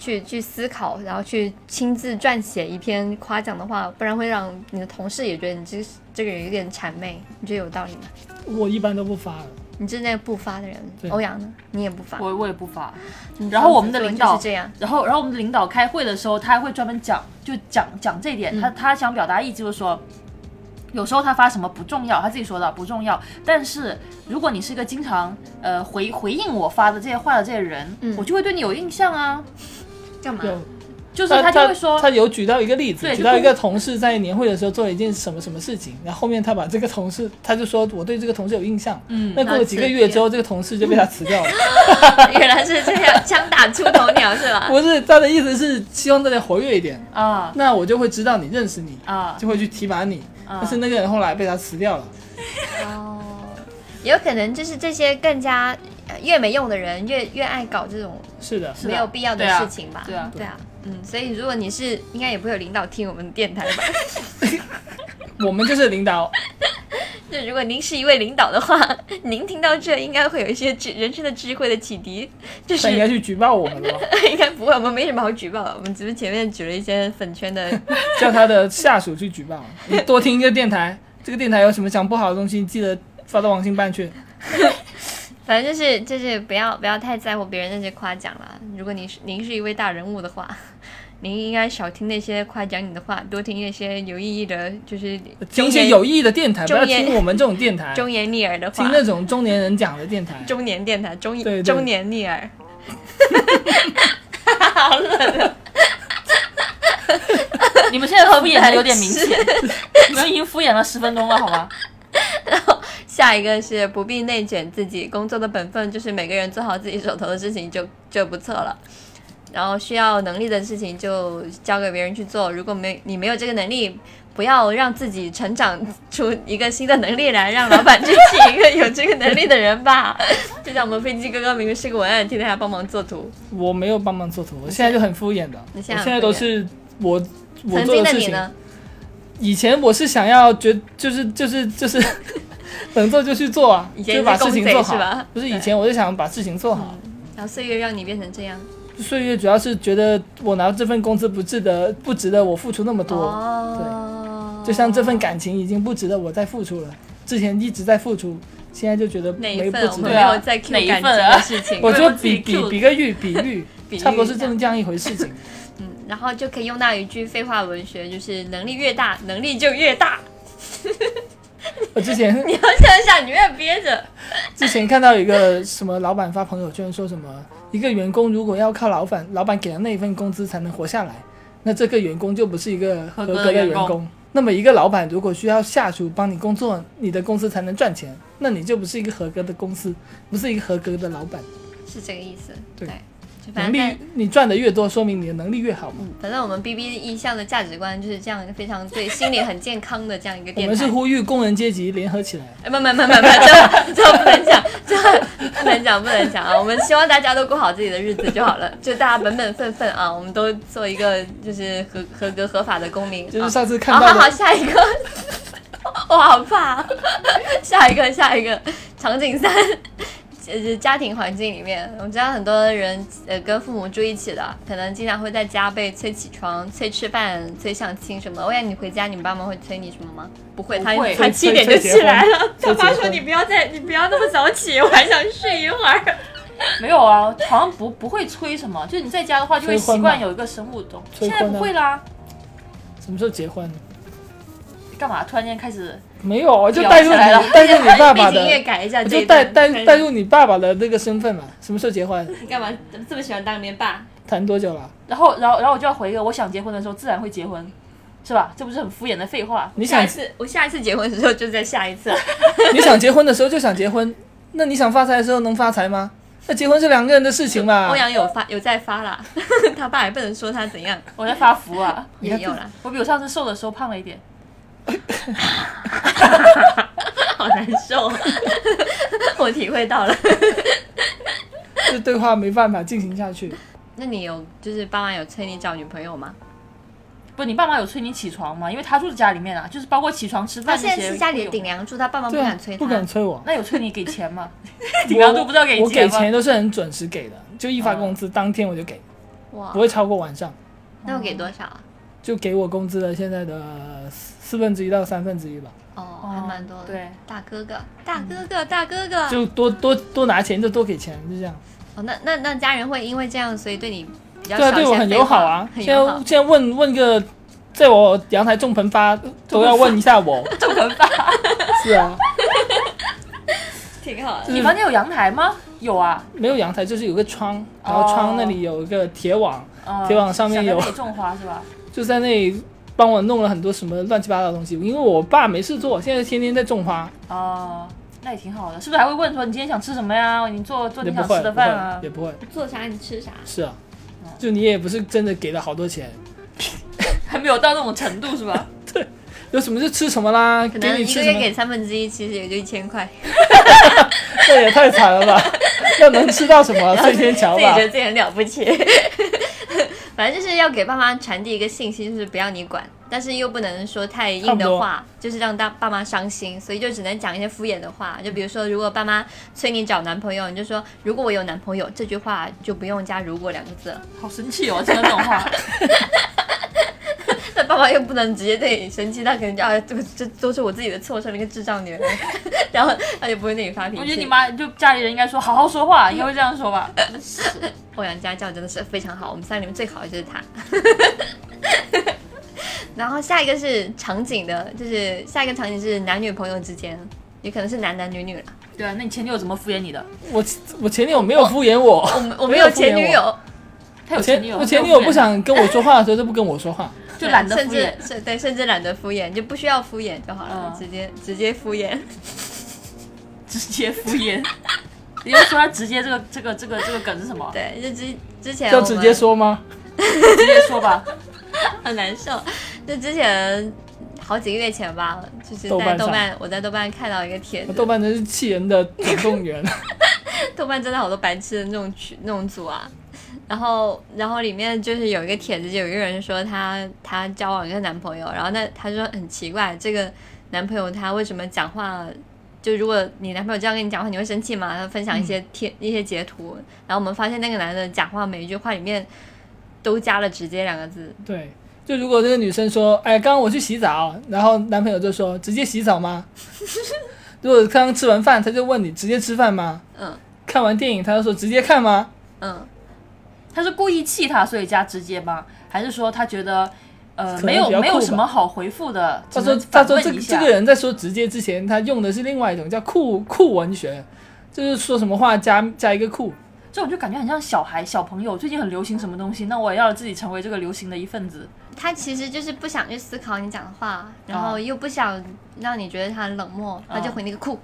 Speaker 2: 去去思考，然后去亲自撰写一篇夸奖的话，不然会让你的同事也觉得你这这个人有点谄媚。你觉得有道理吗？
Speaker 3: 我一般都不发的。
Speaker 2: 你就是那个不发的人。
Speaker 3: 对
Speaker 2: 欧阳呢？你也不发。
Speaker 1: 我我也不发。
Speaker 2: 你
Speaker 1: 然后我
Speaker 2: 双
Speaker 1: 们
Speaker 2: 子
Speaker 1: 的
Speaker 2: 座
Speaker 1: 领
Speaker 2: 就
Speaker 1: 导
Speaker 2: 是这样。
Speaker 1: 然后，然后我们的领导开会的时候，他还会专门讲，就讲讲这一点。
Speaker 2: 嗯
Speaker 1: 他他想表达意思就是说，有时候他发什么不重要，他自己说的不重要。但是如果你是一个经常呃回回应我发的这些话的这些人，
Speaker 2: 嗯
Speaker 1: 我就会对你有印象啊。
Speaker 2: 干嘛？
Speaker 3: 有
Speaker 1: 就是
Speaker 3: 他
Speaker 1: 他就会说，
Speaker 3: 他有举到一个例子，
Speaker 1: 对
Speaker 3: 举
Speaker 1: 就
Speaker 3: 到
Speaker 1: 不
Speaker 3: 一个同事在年会的时候做了一件什么什么事情，然后后面他把这个同事，他就说我对这个同事有印象。
Speaker 1: 嗯
Speaker 3: 那过了几个月之后，这个同事就被他辞掉了。
Speaker 2: (laughs) 原来是这样，枪打出头鸟是吧？
Speaker 3: (laughs) 不是他的意思是希望大家活跃一点，
Speaker 1: 啊
Speaker 3: 那我就会知道你认识你，
Speaker 1: 啊
Speaker 3: 就会去提拔你。
Speaker 1: 啊
Speaker 3: 但是那个人后来被他辞掉了。
Speaker 2: 哦，也有可能就是这些更加呃越没用的人，越越爱搞这种
Speaker 3: 是的，
Speaker 1: 是的
Speaker 2: 没有必要的
Speaker 1: 对啊
Speaker 2: 事情吧？
Speaker 1: 对啊
Speaker 2: 对啊，嗯，所以如果你是，应该也不会有领导听我们电台吧？
Speaker 3: 我们就是领导，
Speaker 2: 那 (laughs) 如果您是一位领导的话，您听到这应该会有一些智人生的智慧的启迪，就是
Speaker 3: 他应该去举报我们了吧，
Speaker 2: (laughs) 应该不会，我们没什么好举报的，我们只是前面举了一些粉圈的，
Speaker 3: 叫他的下属去举报。你多听一个电台，这个电台有什么讲不好的东西，记得发到网信办去。
Speaker 2: 反正就是就是不要不要太在乎别人那些夸奖啦。如果您是您是一位大人物的话， (laughs) 您应该少听那些夸奖你的话，多听一些有意义的，就是
Speaker 3: 听一
Speaker 2: 忠
Speaker 3: 些
Speaker 2: 言
Speaker 3: 有意义的电台，不
Speaker 2: 忠
Speaker 3: 要
Speaker 2: 言
Speaker 3: 听我们这种电台，
Speaker 2: 忠言逆耳的
Speaker 3: 听
Speaker 2: 话。
Speaker 3: 那种中年人讲的电台。
Speaker 2: 中年电台，中
Speaker 3: 对对
Speaker 2: 中年逆耳。好冷啊！
Speaker 1: 你们现在敷衍的有点明显，你们已经敷衍了十分钟了，好吗？
Speaker 2: 下一个是不必内卷自己，工作的本分就是每个人做好自己手头的事情就就不错了。然后需要能力的事情就交给别人去做，如果没你没有这个能力，不要让自己成长出一个新的能力来，让老板去请一个有这个能力的人吧。 (laughs) 就像我们飞机哥哥明明是个文案，
Speaker 3: (laughs)
Speaker 2: 天天还帮忙做图，
Speaker 3: 我没有帮忙做图，我现在就很敷衍的。
Speaker 2: 你
Speaker 3: 我
Speaker 2: 现
Speaker 3: 现
Speaker 2: 在很
Speaker 3: 在都是我我
Speaker 2: 曾
Speaker 3: 做
Speaker 2: 经的
Speaker 3: 事
Speaker 2: 你
Speaker 3: 情。
Speaker 2: 呢？
Speaker 3: 以前我是想要觉，就是就是就是 (laughs) 能做就去做啊，
Speaker 2: 以前
Speaker 3: 就是把事情做
Speaker 2: 公贼是
Speaker 3: 好
Speaker 2: 吧。
Speaker 3: 不是
Speaker 2: 对
Speaker 3: 以前我是想把事情做好。
Speaker 2: 然后岁月让你变成这样
Speaker 3: 岁月主要是觉得我拿这份工资不值得，不值得我付出那么多。
Speaker 2: 哦，
Speaker 3: 就像这份感情已经不值得我再付出了，之前一直在付出，现在就觉得
Speaker 2: 哪
Speaker 3: 没
Speaker 2: 一
Speaker 3: 不
Speaker 2: 份我
Speaker 3: 值
Speaker 2: 们
Speaker 1: 对
Speaker 2: 没
Speaker 3: 得。
Speaker 1: 啊
Speaker 2: 有在 Q
Speaker 1: 哪一
Speaker 2: 感情
Speaker 1: 份
Speaker 2: 的
Speaker 1: 啊
Speaker 2: 事情？
Speaker 3: 我
Speaker 1: 怪
Speaker 3: 觉
Speaker 1: 不
Speaker 3: 得
Speaker 1: 得自己
Speaker 3: 比比
Speaker 1: Q
Speaker 3: 比个喻比喻
Speaker 2: 比，喻
Speaker 3: 差不多是
Speaker 2: 一
Speaker 3: 这
Speaker 2: 下
Speaker 3: 么这样一回
Speaker 2: (laughs)
Speaker 3: 事情。
Speaker 2: 嗯，然后就可以用到一句废话文学，就是能力越大，能力就越大。 (laughs)
Speaker 3: 我之前
Speaker 2: 你要想想，你不要憋着。
Speaker 3: 之前看到一个什么老板发朋友圈说什么，一个员工如果要靠老板老板给的那一份工资才能活下来，那这个员工就不是一个合
Speaker 1: 合
Speaker 3: 格
Speaker 1: 格
Speaker 3: 的
Speaker 1: 的员
Speaker 3: 员
Speaker 1: 工
Speaker 3: 工。那么一个老板如果需要下属帮你工作，你的公司才能赚钱，那你就不是一个合格的公司，不是一个合格的老板。
Speaker 2: 是这个意思。
Speaker 3: 对
Speaker 2: 就反正
Speaker 3: 能力
Speaker 2: 在
Speaker 3: 你赚的越多，说明你的能力越好嘛。
Speaker 2: 反正我们 B B 意向的价值观就是这样，非常对心理很健康的这样一个
Speaker 3: 我
Speaker 2: 电
Speaker 3: 们是
Speaker 2: 台。
Speaker 3: 呼吁工人阶级联合起来。
Speaker 2: 哎，慢慢慢慢慢，这这不能讲，这不能讲，不能讲啊！我们希望大家都过好自己的日子就好了，就大家本本分分啊，我们都做一个就是合合格合法的公民。
Speaker 3: 就是
Speaker 2: 啊
Speaker 3: 上次
Speaker 2: 好
Speaker 3: (laughs) 看
Speaker 2: 好
Speaker 3: 到
Speaker 2: 好，
Speaker 3: 的，
Speaker 2: 下一个， (laughs) 我好怕。 (laughs) 下一个，下一个，场景三，呃就是家庭环境里面，我知道很多人呃跟父母住一起的，可能经常会在家被催起床、催吃饭、催相亲什么的。喂，你回家，你爸妈会催你什么吗？不会，他
Speaker 1: 不会
Speaker 2: 他
Speaker 3: 催
Speaker 2: 七
Speaker 3: 催
Speaker 2: 点就起来了。
Speaker 3: (laughs) 催结
Speaker 2: 他妈
Speaker 3: 婚催结
Speaker 2: 说
Speaker 3: 婚
Speaker 2: 你不要再，你不要那么早起， (laughs) 我还想睡一会儿。
Speaker 1: 没有啊，好像不不会催什么，就是你在家的话就会
Speaker 3: 催婚
Speaker 1: 习惯
Speaker 3: 嘛
Speaker 1: 有一个生物钟，
Speaker 3: 催
Speaker 1: 现在
Speaker 3: 婚
Speaker 1: 不
Speaker 3: 啊
Speaker 1: 会啦。
Speaker 3: 什么时候结 (laughs) 婚？
Speaker 1: 干嘛突然间开始？
Speaker 3: 没有，啊我就
Speaker 1: 聊
Speaker 3: 带入
Speaker 1: 起来
Speaker 3: 你带入你 (laughs) 爸爸
Speaker 2: 哎背景
Speaker 3: (laughs)
Speaker 2: 音乐
Speaker 3: 的，
Speaker 2: 改一下
Speaker 1: 啊
Speaker 3: 我
Speaker 2: 这一
Speaker 3: 就
Speaker 2: 段，
Speaker 3: 带带带入你爸爸的那个身份嘛。什么时候结婚？
Speaker 2: 你干嘛这么喜欢当年爸？
Speaker 3: 谈多久了？
Speaker 1: 然后，然后，然后我就要回一个，我想结婚的时候自然会结婚，是吧？这不是很敷衍的废话？
Speaker 3: 你
Speaker 2: 下
Speaker 3: 想
Speaker 2: 一
Speaker 1: (laughs)
Speaker 2: 次我下一次结婚的时候就在下一次。
Speaker 3: 你想结婚的时候就想结婚，那你想发财的时候能发财吗？那结婚是两个人的事情嘛
Speaker 2: 欧。阳有发有在发啦，他爸也不能说他怎样，
Speaker 1: 我在发福啊！
Speaker 2: 也有啦，
Speaker 1: 我比我上次瘦的时候胖了一点，
Speaker 2: 好难受，啊 (laughs) 我体会到了。
Speaker 3: 这对话没办法进行下去。
Speaker 2: 那你有就是爸妈有催你找女朋友吗？
Speaker 1: 不，你爸妈有催你起床吗？因为他住在家里面啊，就是包括起床、吃
Speaker 2: 他
Speaker 1: 饭这
Speaker 2: 现
Speaker 1: 些。
Speaker 2: 在是家里的顶。梁柱，他爸妈不
Speaker 3: 对啊
Speaker 2: 敢催，他。
Speaker 3: 不敢催我。
Speaker 1: 那有催你给钱
Speaker 3: (laughs)
Speaker 1: 吗？顶梁柱不知道给
Speaker 3: 我
Speaker 1: 你
Speaker 3: 给
Speaker 1: 钱吗？嗯
Speaker 3: 钱都是很准时给的，就一发工资当天我就给，
Speaker 2: 哇
Speaker 3: 不，会超过晚上。
Speaker 2: 那我给多少啊？
Speaker 3: 就给我工资的现在的四四分之一到三分之一吧，
Speaker 2: 哦，
Speaker 1: 哦
Speaker 2: 还蛮多的。
Speaker 1: 对，
Speaker 2: 大哥哥，嗯大哥哥，大哥
Speaker 1: 啊
Speaker 2: 哥。
Speaker 3: 就多多多拿钱就多给钱，就这样。
Speaker 2: 哦，那那那家人会因为这样，所以对你比较
Speaker 3: 对啊，
Speaker 2: 少
Speaker 3: 对
Speaker 2: 一
Speaker 3: 我
Speaker 2: 些
Speaker 3: 很
Speaker 2: 废
Speaker 3: 友
Speaker 2: 话
Speaker 3: 好啊。
Speaker 2: 很
Speaker 3: 现
Speaker 2: 友
Speaker 3: 在
Speaker 2: 好
Speaker 3: 现。在问问个，在我阳台种盆
Speaker 2: (laughs)
Speaker 3: 发都要问一下我。
Speaker 1: 这么办？
Speaker 3: (laughs) 是啊，
Speaker 2: 挺好的。
Speaker 1: 你房间有阳台吗？有啊。
Speaker 3: 没有阳台就是有个窗，然后窗那里有一个铁网，
Speaker 1: 嗯
Speaker 3: 铁网上面有
Speaker 1: 想在那里种花是吧？
Speaker 3: 就在那里帮我弄了很多什么乱七八糟的东西。因为我爸没事做，现在天天在种花，
Speaker 1: 哦，那也挺好的，是不是还会问说你今天想吃什么呀？你做做
Speaker 3: 也
Speaker 1: 你
Speaker 3: 不
Speaker 1: 想
Speaker 3: 会
Speaker 1: 吃
Speaker 3: 不
Speaker 1: 的饭啊
Speaker 3: 会也？不会。
Speaker 2: 做啥你吃啥。
Speaker 3: 是啊，就你也不是真的给了好多钱，
Speaker 1: 还没有到那种程度是吧？ (laughs)
Speaker 3: 有什么就吃什么啦，
Speaker 2: 可
Speaker 3: 给
Speaker 2: 能
Speaker 3: 你
Speaker 2: 一个
Speaker 3: 吃什
Speaker 2: 月
Speaker 3: 么，
Speaker 2: 给三分之一，其实也就一千块。
Speaker 3: 这也太惨了吧！那能吃到什
Speaker 2: (laughs)
Speaker 3: 么？睡天桥
Speaker 2: 自己
Speaker 3: 吧
Speaker 2: 觉。得自 (laughs) 己很了不起。反正就是要给爸妈传递一个信息，就是不要你管，但是又不能说太
Speaker 3: 差
Speaker 2: 硬
Speaker 3: 不
Speaker 2: 的
Speaker 3: 多
Speaker 2: 话，就是让大爸妈伤心，所以就只能讲一些敷衍的话。就比如说，如果爸妈催你找男朋友，你就说“如果我有男朋友”，这句话就不用加“如果”两个字了。
Speaker 1: 好生气哦，听到这种
Speaker 3: (laughs)
Speaker 1: 话，
Speaker 2: 但爸妈又不能直接对你生气，他可能就啊，这个这都是我自己的错，生了个智障女儿， (laughs) 然后他也不会对你发脾气。
Speaker 1: 我觉得你妈就家里人应该说好好
Speaker 3: (laughs)
Speaker 1: 说话，应该会这样说吧。
Speaker 2: 欧阳家教真的是非常好，我们三个里面最好的就是他。 (laughs) 然后下一个是场景的，就是下一个场景是男女朋友之间，也可能是男男女女了。
Speaker 1: 对啊，那你前女友怎么敷衍你的？
Speaker 3: 我我前女友没有敷衍我，
Speaker 1: 嗯
Speaker 2: 我我没有前女友，
Speaker 1: 他有
Speaker 3: 我前
Speaker 1: 女友，
Speaker 3: 我前女友不
Speaker 1: 想
Speaker 3: 想跟我说话的时候都不跟我说
Speaker 2: (laughs)
Speaker 3: 话，
Speaker 1: 就懒得
Speaker 2: 甚
Speaker 1: 敷
Speaker 2: 至
Speaker 1: 衍。
Speaker 2: 是对，甚至懒得敷衍，就不需要敷衍就好了，
Speaker 1: 嗯
Speaker 2: 直接直接敷衍。
Speaker 1: 直接敷衍。 (laughs) 你要说他直接这个这个这个这个梗是什么？
Speaker 2: 对，就之之前
Speaker 3: 就
Speaker 2: 我
Speaker 3: 直
Speaker 2: 们
Speaker 3: 接
Speaker 2: (laughs)
Speaker 3: 说吗？
Speaker 1: 直接说吧。
Speaker 2: 很难受。就之前好几个月前吧，就是
Speaker 3: 豆
Speaker 2: 在
Speaker 3: 瓣
Speaker 2: 豆
Speaker 3: 上
Speaker 2: 瓣，我在豆瓣看到一个帖
Speaker 3: 我
Speaker 2: 子，
Speaker 3: 豆瓣真是气人
Speaker 2: (laughs)
Speaker 3: 的总动员，
Speaker 2: 豆瓣真的好多白痴的那种群那种组啊。然后，然后里面就是有一个帖子，就有一个人说她她交往一个男朋友，然后那她说很奇怪，这个男朋友他为什么讲话？就如果你男朋友这样跟你讲话，你会生气吗？他分享一
Speaker 1: 嗯
Speaker 2: 些贴、一些截图，然后我们发现那个男的讲话每一句话里面都加了“直接”两个字，
Speaker 3: 对。就如果这个女生说，哎，刚刚我去洗澡，然后男朋友就说直接洗澡吗？ (laughs) 如果刚刚吃完饭，他就问你直接吃饭吗？
Speaker 2: 嗯
Speaker 3: 看完电影，他就说直接看吗？
Speaker 2: 嗯，
Speaker 1: 他是故意气他，所以加直接吗？还是说他觉得呃
Speaker 3: 可能
Speaker 1: 没有
Speaker 3: 比较酷吧
Speaker 1: 没有什么好回复的？
Speaker 3: 他
Speaker 1: 只
Speaker 3: 说
Speaker 1: 能
Speaker 3: 他
Speaker 1: 反
Speaker 3: 说
Speaker 1: 问
Speaker 3: 这
Speaker 1: 一
Speaker 3: 这
Speaker 1: 下
Speaker 3: 个人在说直接之前，他用的是另外一种叫酷酷文学，就是说什么话加加一个酷。
Speaker 1: 这种就感觉很像小孩小朋友，最近很流行什么东西，那我也要自己成为这个流行的一份子。
Speaker 2: 他其实就是不想去思考你讲的话，然
Speaker 1: 哦
Speaker 2: 后又不想让你觉得他很冷漠，他就回那个酷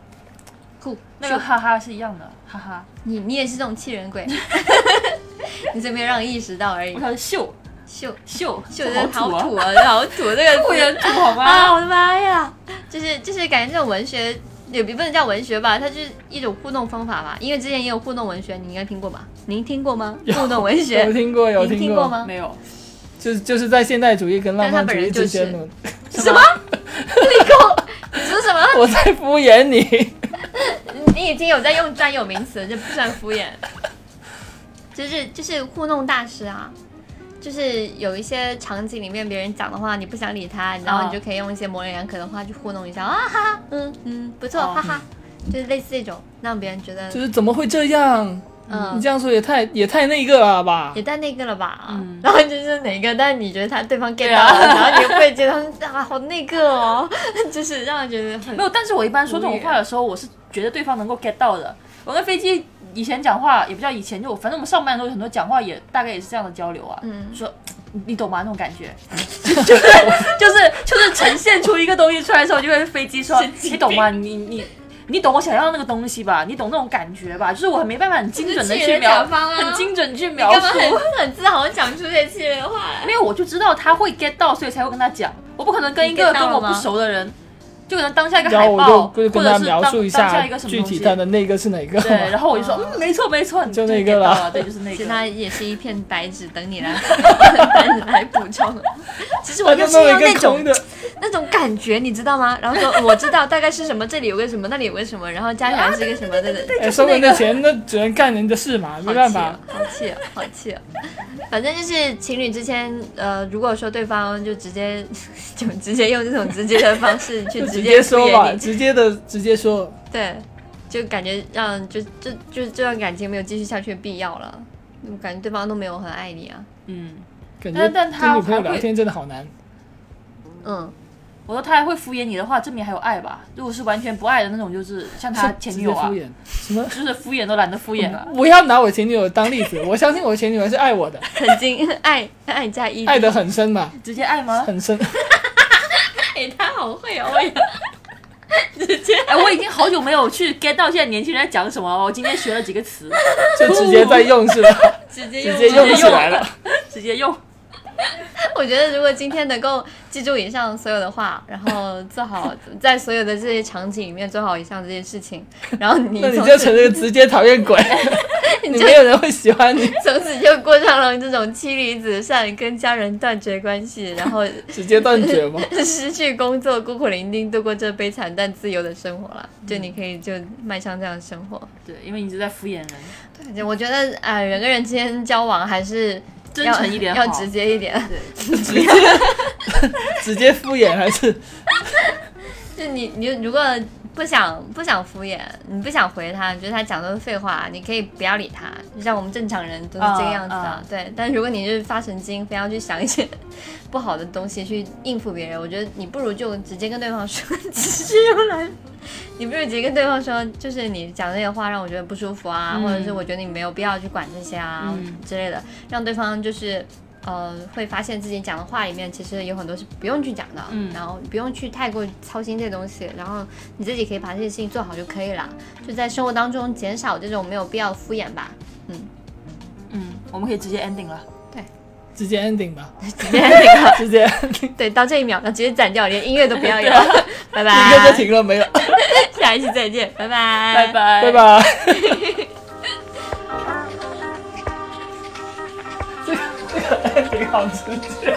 Speaker 2: 酷。
Speaker 1: 那个哈哈是一样的，哈哈，
Speaker 2: 你你也是这种气人鬼，你是没有让我意识到而已
Speaker 1: 我。想秀
Speaker 2: 秀
Speaker 1: 秀
Speaker 2: 秀
Speaker 1: 秀
Speaker 2: 真的
Speaker 1: 好
Speaker 2: 好
Speaker 1: 啊
Speaker 2: 土啊，这好土这个
Speaker 1: 不
Speaker 2: 字
Speaker 1: 原土好
Speaker 2: 啊！
Speaker 1: 吗？
Speaker 2: 我的妈呀，就是就是感觉这种文学也不能叫文学吧，它就是一种互动方法吧。因为之前也有互动文学，你应该听过吧？您听过吗？互动文
Speaker 3: 有
Speaker 2: 学，
Speaker 3: 听过有
Speaker 2: 您听
Speaker 3: 过
Speaker 2: 过？吗？
Speaker 1: 没有，
Speaker 3: 就是就是在现代主义跟浪漫主义之间的， (laughs)
Speaker 2: 什么？你给我你说什么？
Speaker 3: 我在敷衍
Speaker 1: 嗯
Speaker 3: 你。
Speaker 2: 你已经有在用专有名词，这不算敷
Speaker 1: (laughs)
Speaker 2: 衍，就是就是糊弄大师啊。就是有一些场景里面别人讲的话，你不想理他，然后
Speaker 1: 啊
Speaker 2: 你就可以用一些模棱两可的话去糊弄一下啊哈哈，嗯嗯，不错，
Speaker 1: 哦
Speaker 2: 哈哈，就是类似这种，让别人觉得
Speaker 3: 就是怎么会这样？你
Speaker 2: 嗯
Speaker 3: 这样说也太也太那个了吧
Speaker 2: 也？带那个了吧，
Speaker 1: 嗯
Speaker 2: 然后就是哪个，但你觉得他对方 get
Speaker 1: 对
Speaker 2: 到
Speaker 1: 啊
Speaker 2: 了，然后你又不会觉得啊好那个哦， (laughs) 就是让人觉得很
Speaker 1: 没有。但是我一般说这种话的时候，我是觉得对方能够 get 到的。我跟飞机以前讲话，也不叫以前，就我反正我们上班的时候很多讲话也大概也是这样的交流啊，
Speaker 2: 嗯
Speaker 1: 说你你懂吗？那种感
Speaker 2: (laughs)
Speaker 1: 觉，就是就是就是呈现出一个东西出来的时候，就会飞机说你懂吗？你你。你懂我想要那个东西吧？你懂那种感觉吧？就是我很没办法很精准的
Speaker 2: 就是
Speaker 1: 去描，
Speaker 2: 气人的甲方啊
Speaker 1: 很精准地去
Speaker 2: 你
Speaker 1: 描
Speaker 2: 干嘛
Speaker 1: 述。
Speaker 2: 很很自豪地讲出这些话来？
Speaker 1: 没有，我就知道他会 get 到，所以才会跟他讲。我不可能跟一个
Speaker 2: 你 get
Speaker 1: 跟
Speaker 2: 到了
Speaker 1: 我
Speaker 2: 吗
Speaker 1: 不熟的人，就可能当下一个
Speaker 3: 然
Speaker 1: 海
Speaker 3: 后我
Speaker 1: 报，
Speaker 3: 就跟
Speaker 1: 或者
Speaker 3: 他
Speaker 1: 是当
Speaker 3: 描述一
Speaker 1: 当下一个什么
Speaker 3: 具
Speaker 1: 东西
Speaker 3: 体他的那个是哪个
Speaker 1: 对，然
Speaker 3: 嘛？
Speaker 1: 后我就说，
Speaker 2: 哦
Speaker 1: 嗯，没错没错，你
Speaker 3: 就那
Speaker 1: get
Speaker 3: 个
Speaker 1: 到
Speaker 3: 了
Speaker 1: 了，对，就是那
Speaker 2: 其
Speaker 1: 个。
Speaker 2: 实它也是一片白纸等你来 (laughs) 等你来补
Speaker 3: (laughs)
Speaker 2: 充。其实我
Speaker 3: (laughs) 他
Speaker 2: 就
Speaker 3: 就是弄
Speaker 2: 要
Speaker 3: 了一
Speaker 2: 那
Speaker 3: 个
Speaker 2: 种
Speaker 3: 空的，
Speaker 2: 那种感觉，你知道吗？然后说我知道大概是什么，这里有个什么，那里有个什么，然后加起来是一个什么的
Speaker 3: (laughs)
Speaker 2: 人。
Speaker 1: (laughs)
Speaker 3: 哎，收人的钱那只能干人的事嘛，没办
Speaker 1: 啊
Speaker 3: 法。
Speaker 2: 好气哦，好气哦！反正就是情侣之间，呃，如果说对方就直接就直接用这种直接的方式去
Speaker 3: 就
Speaker 2: 直
Speaker 3: 直
Speaker 2: 接
Speaker 3: 接
Speaker 2: 敷
Speaker 3: 说吧，
Speaker 2: 衍你，
Speaker 3: 直接的直接说，
Speaker 2: 对，就感觉让就就就这段感情没有继续下去的必要了。我感觉对方都没有很爱你啊，
Speaker 1: 嗯，
Speaker 3: 感觉
Speaker 1: 但但他
Speaker 3: 跟女朋友
Speaker 1: 还会
Speaker 3: 聊天真的好难。
Speaker 2: 嗯，
Speaker 1: 我说他还会敷衍你的话，证明还有爱吧。如果是完全不爱的那种，就是
Speaker 3: (laughs)
Speaker 1: 像他前女友啊
Speaker 3: 直，接敷衍嗯什么？
Speaker 1: 就是敷衍都懒得敷衍
Speaker 3: (laughs)
Speaker 1: 了。
Speaker 3: 不要拿我前女友当例子，我相信我前女友是爱我
Speaker 1: (laughs)
Speaker 3: 的，
Speaker 2: 曾经爱爱加一，
Speaker 3: 爱得很深嘛，
Speaker 1: 直接
Speaker 3: (laughs)
Speaker 1: 爱吗？
Speaker 3: 很
Speaker 1: (laughs)
Speaker 3: 深。
Speaker 2: 哎，他好会哦，我也直接
Speaker 1: 哎，我已经好久没有去 get 到现在年轻人在讲什么了。我今天学了几个词， (laughs)
Speaker 3: 就直接在用是吧？
Speaker 2: 直接哎
Speaker 3: 直接用起来了。
Speaker 1: 直接用。
Speaker 2: 我觉得如果今天能够记住以上所有的话，然后做好在所有的这些场景里面做好以上这些事
Speaker 3: (laughs)
Speaker 2: 情，然后你
Speaker 3: 那你
Speaker 2: 从
Speaker 3: 就
Speaker 2: 此
Speaker 3: 成了个直接讨厌鬼，
Speaker 2: (laughs) 你
Speaker 3: 你
Speaker 2: 就
Speaker 3: 没有人会喜欢你，
Speaker 2: 从此就过上了这种妻离子散、跟家人断绝关系，然后
Speaker 3: 直接断绝
Speaker 2: (laughs)
Speaker 3: 吧。
Speaker 2: 失去工作、孤苦伶仃度过这悲惨但自由的生活了。就你可以就迈向这样的生活。
Speaker 1: 对，因为你一直在敷衍人，
Speaker 2: 对，我觉得呃，人跟人之间交往还是
Speaker 1: 真
Speaker 2: 要
Speaker 1: 诚一点
Speaker 2: (laughs)
Speaker 1: 好
Speaker 2: 要直接一点。
Speaker 1: 对，
Speaker 3: 直接 (laughs) 直接敷衍还是
Speaker 2: 就你你如果不想不想敷衍，你不想回他，你觉得他讲都是废话，你可以不要理他。就像我们正常人都是这个样子啊，
Speaker 1: 嗯
Speaker 2: 对。但如果你是发神经，非要去想一些不好的东西去应付别人，我觉得你不如就直接跟对方说， (laughs) 只是用来。你不如直接跟对方说，就是你讲这些话让我觉得不舒服啊，
Speaker 1: 嗯
Speaker 2: 或者是我觉得你没有必要去管这些啊、
Speaker 1: 嗯
Speaker 2: 之类的，让对方就是呃会发现自己讲的话里面其实有很多是不用去讲的，
Speaker 1: 嗯
Speaker 2: 然后不用去太过操心这东西，然后你自己可以把这些事情做好就可以了，就在生活当中减少这种没有必要的敷衍吧。
Speaker 1: 嗯，我们可以直接 ending 了。
Speaker 3: 直接 ending
Speaker 2: (laughs)
Speaker 3: 吧？
Speaker 2: 直接那个
Speaker 3: 直接 ending，
Speaker 2: 对，到这一秒，然后直接斩掉，连音乐都不要有， (laughs) 拜
Speaker 3: 应该就
Speaker 2: 拜，
Speaker 3: 停了，没有，
Speaker 2: 哎下一期再见，拜拜，
Speaker 1: 拜
Speaker 3: 拜。
Speaker 1: 拜，
Speaker 2: (laughs)
Speaker 3: 拜。这个这个 ending 好直接。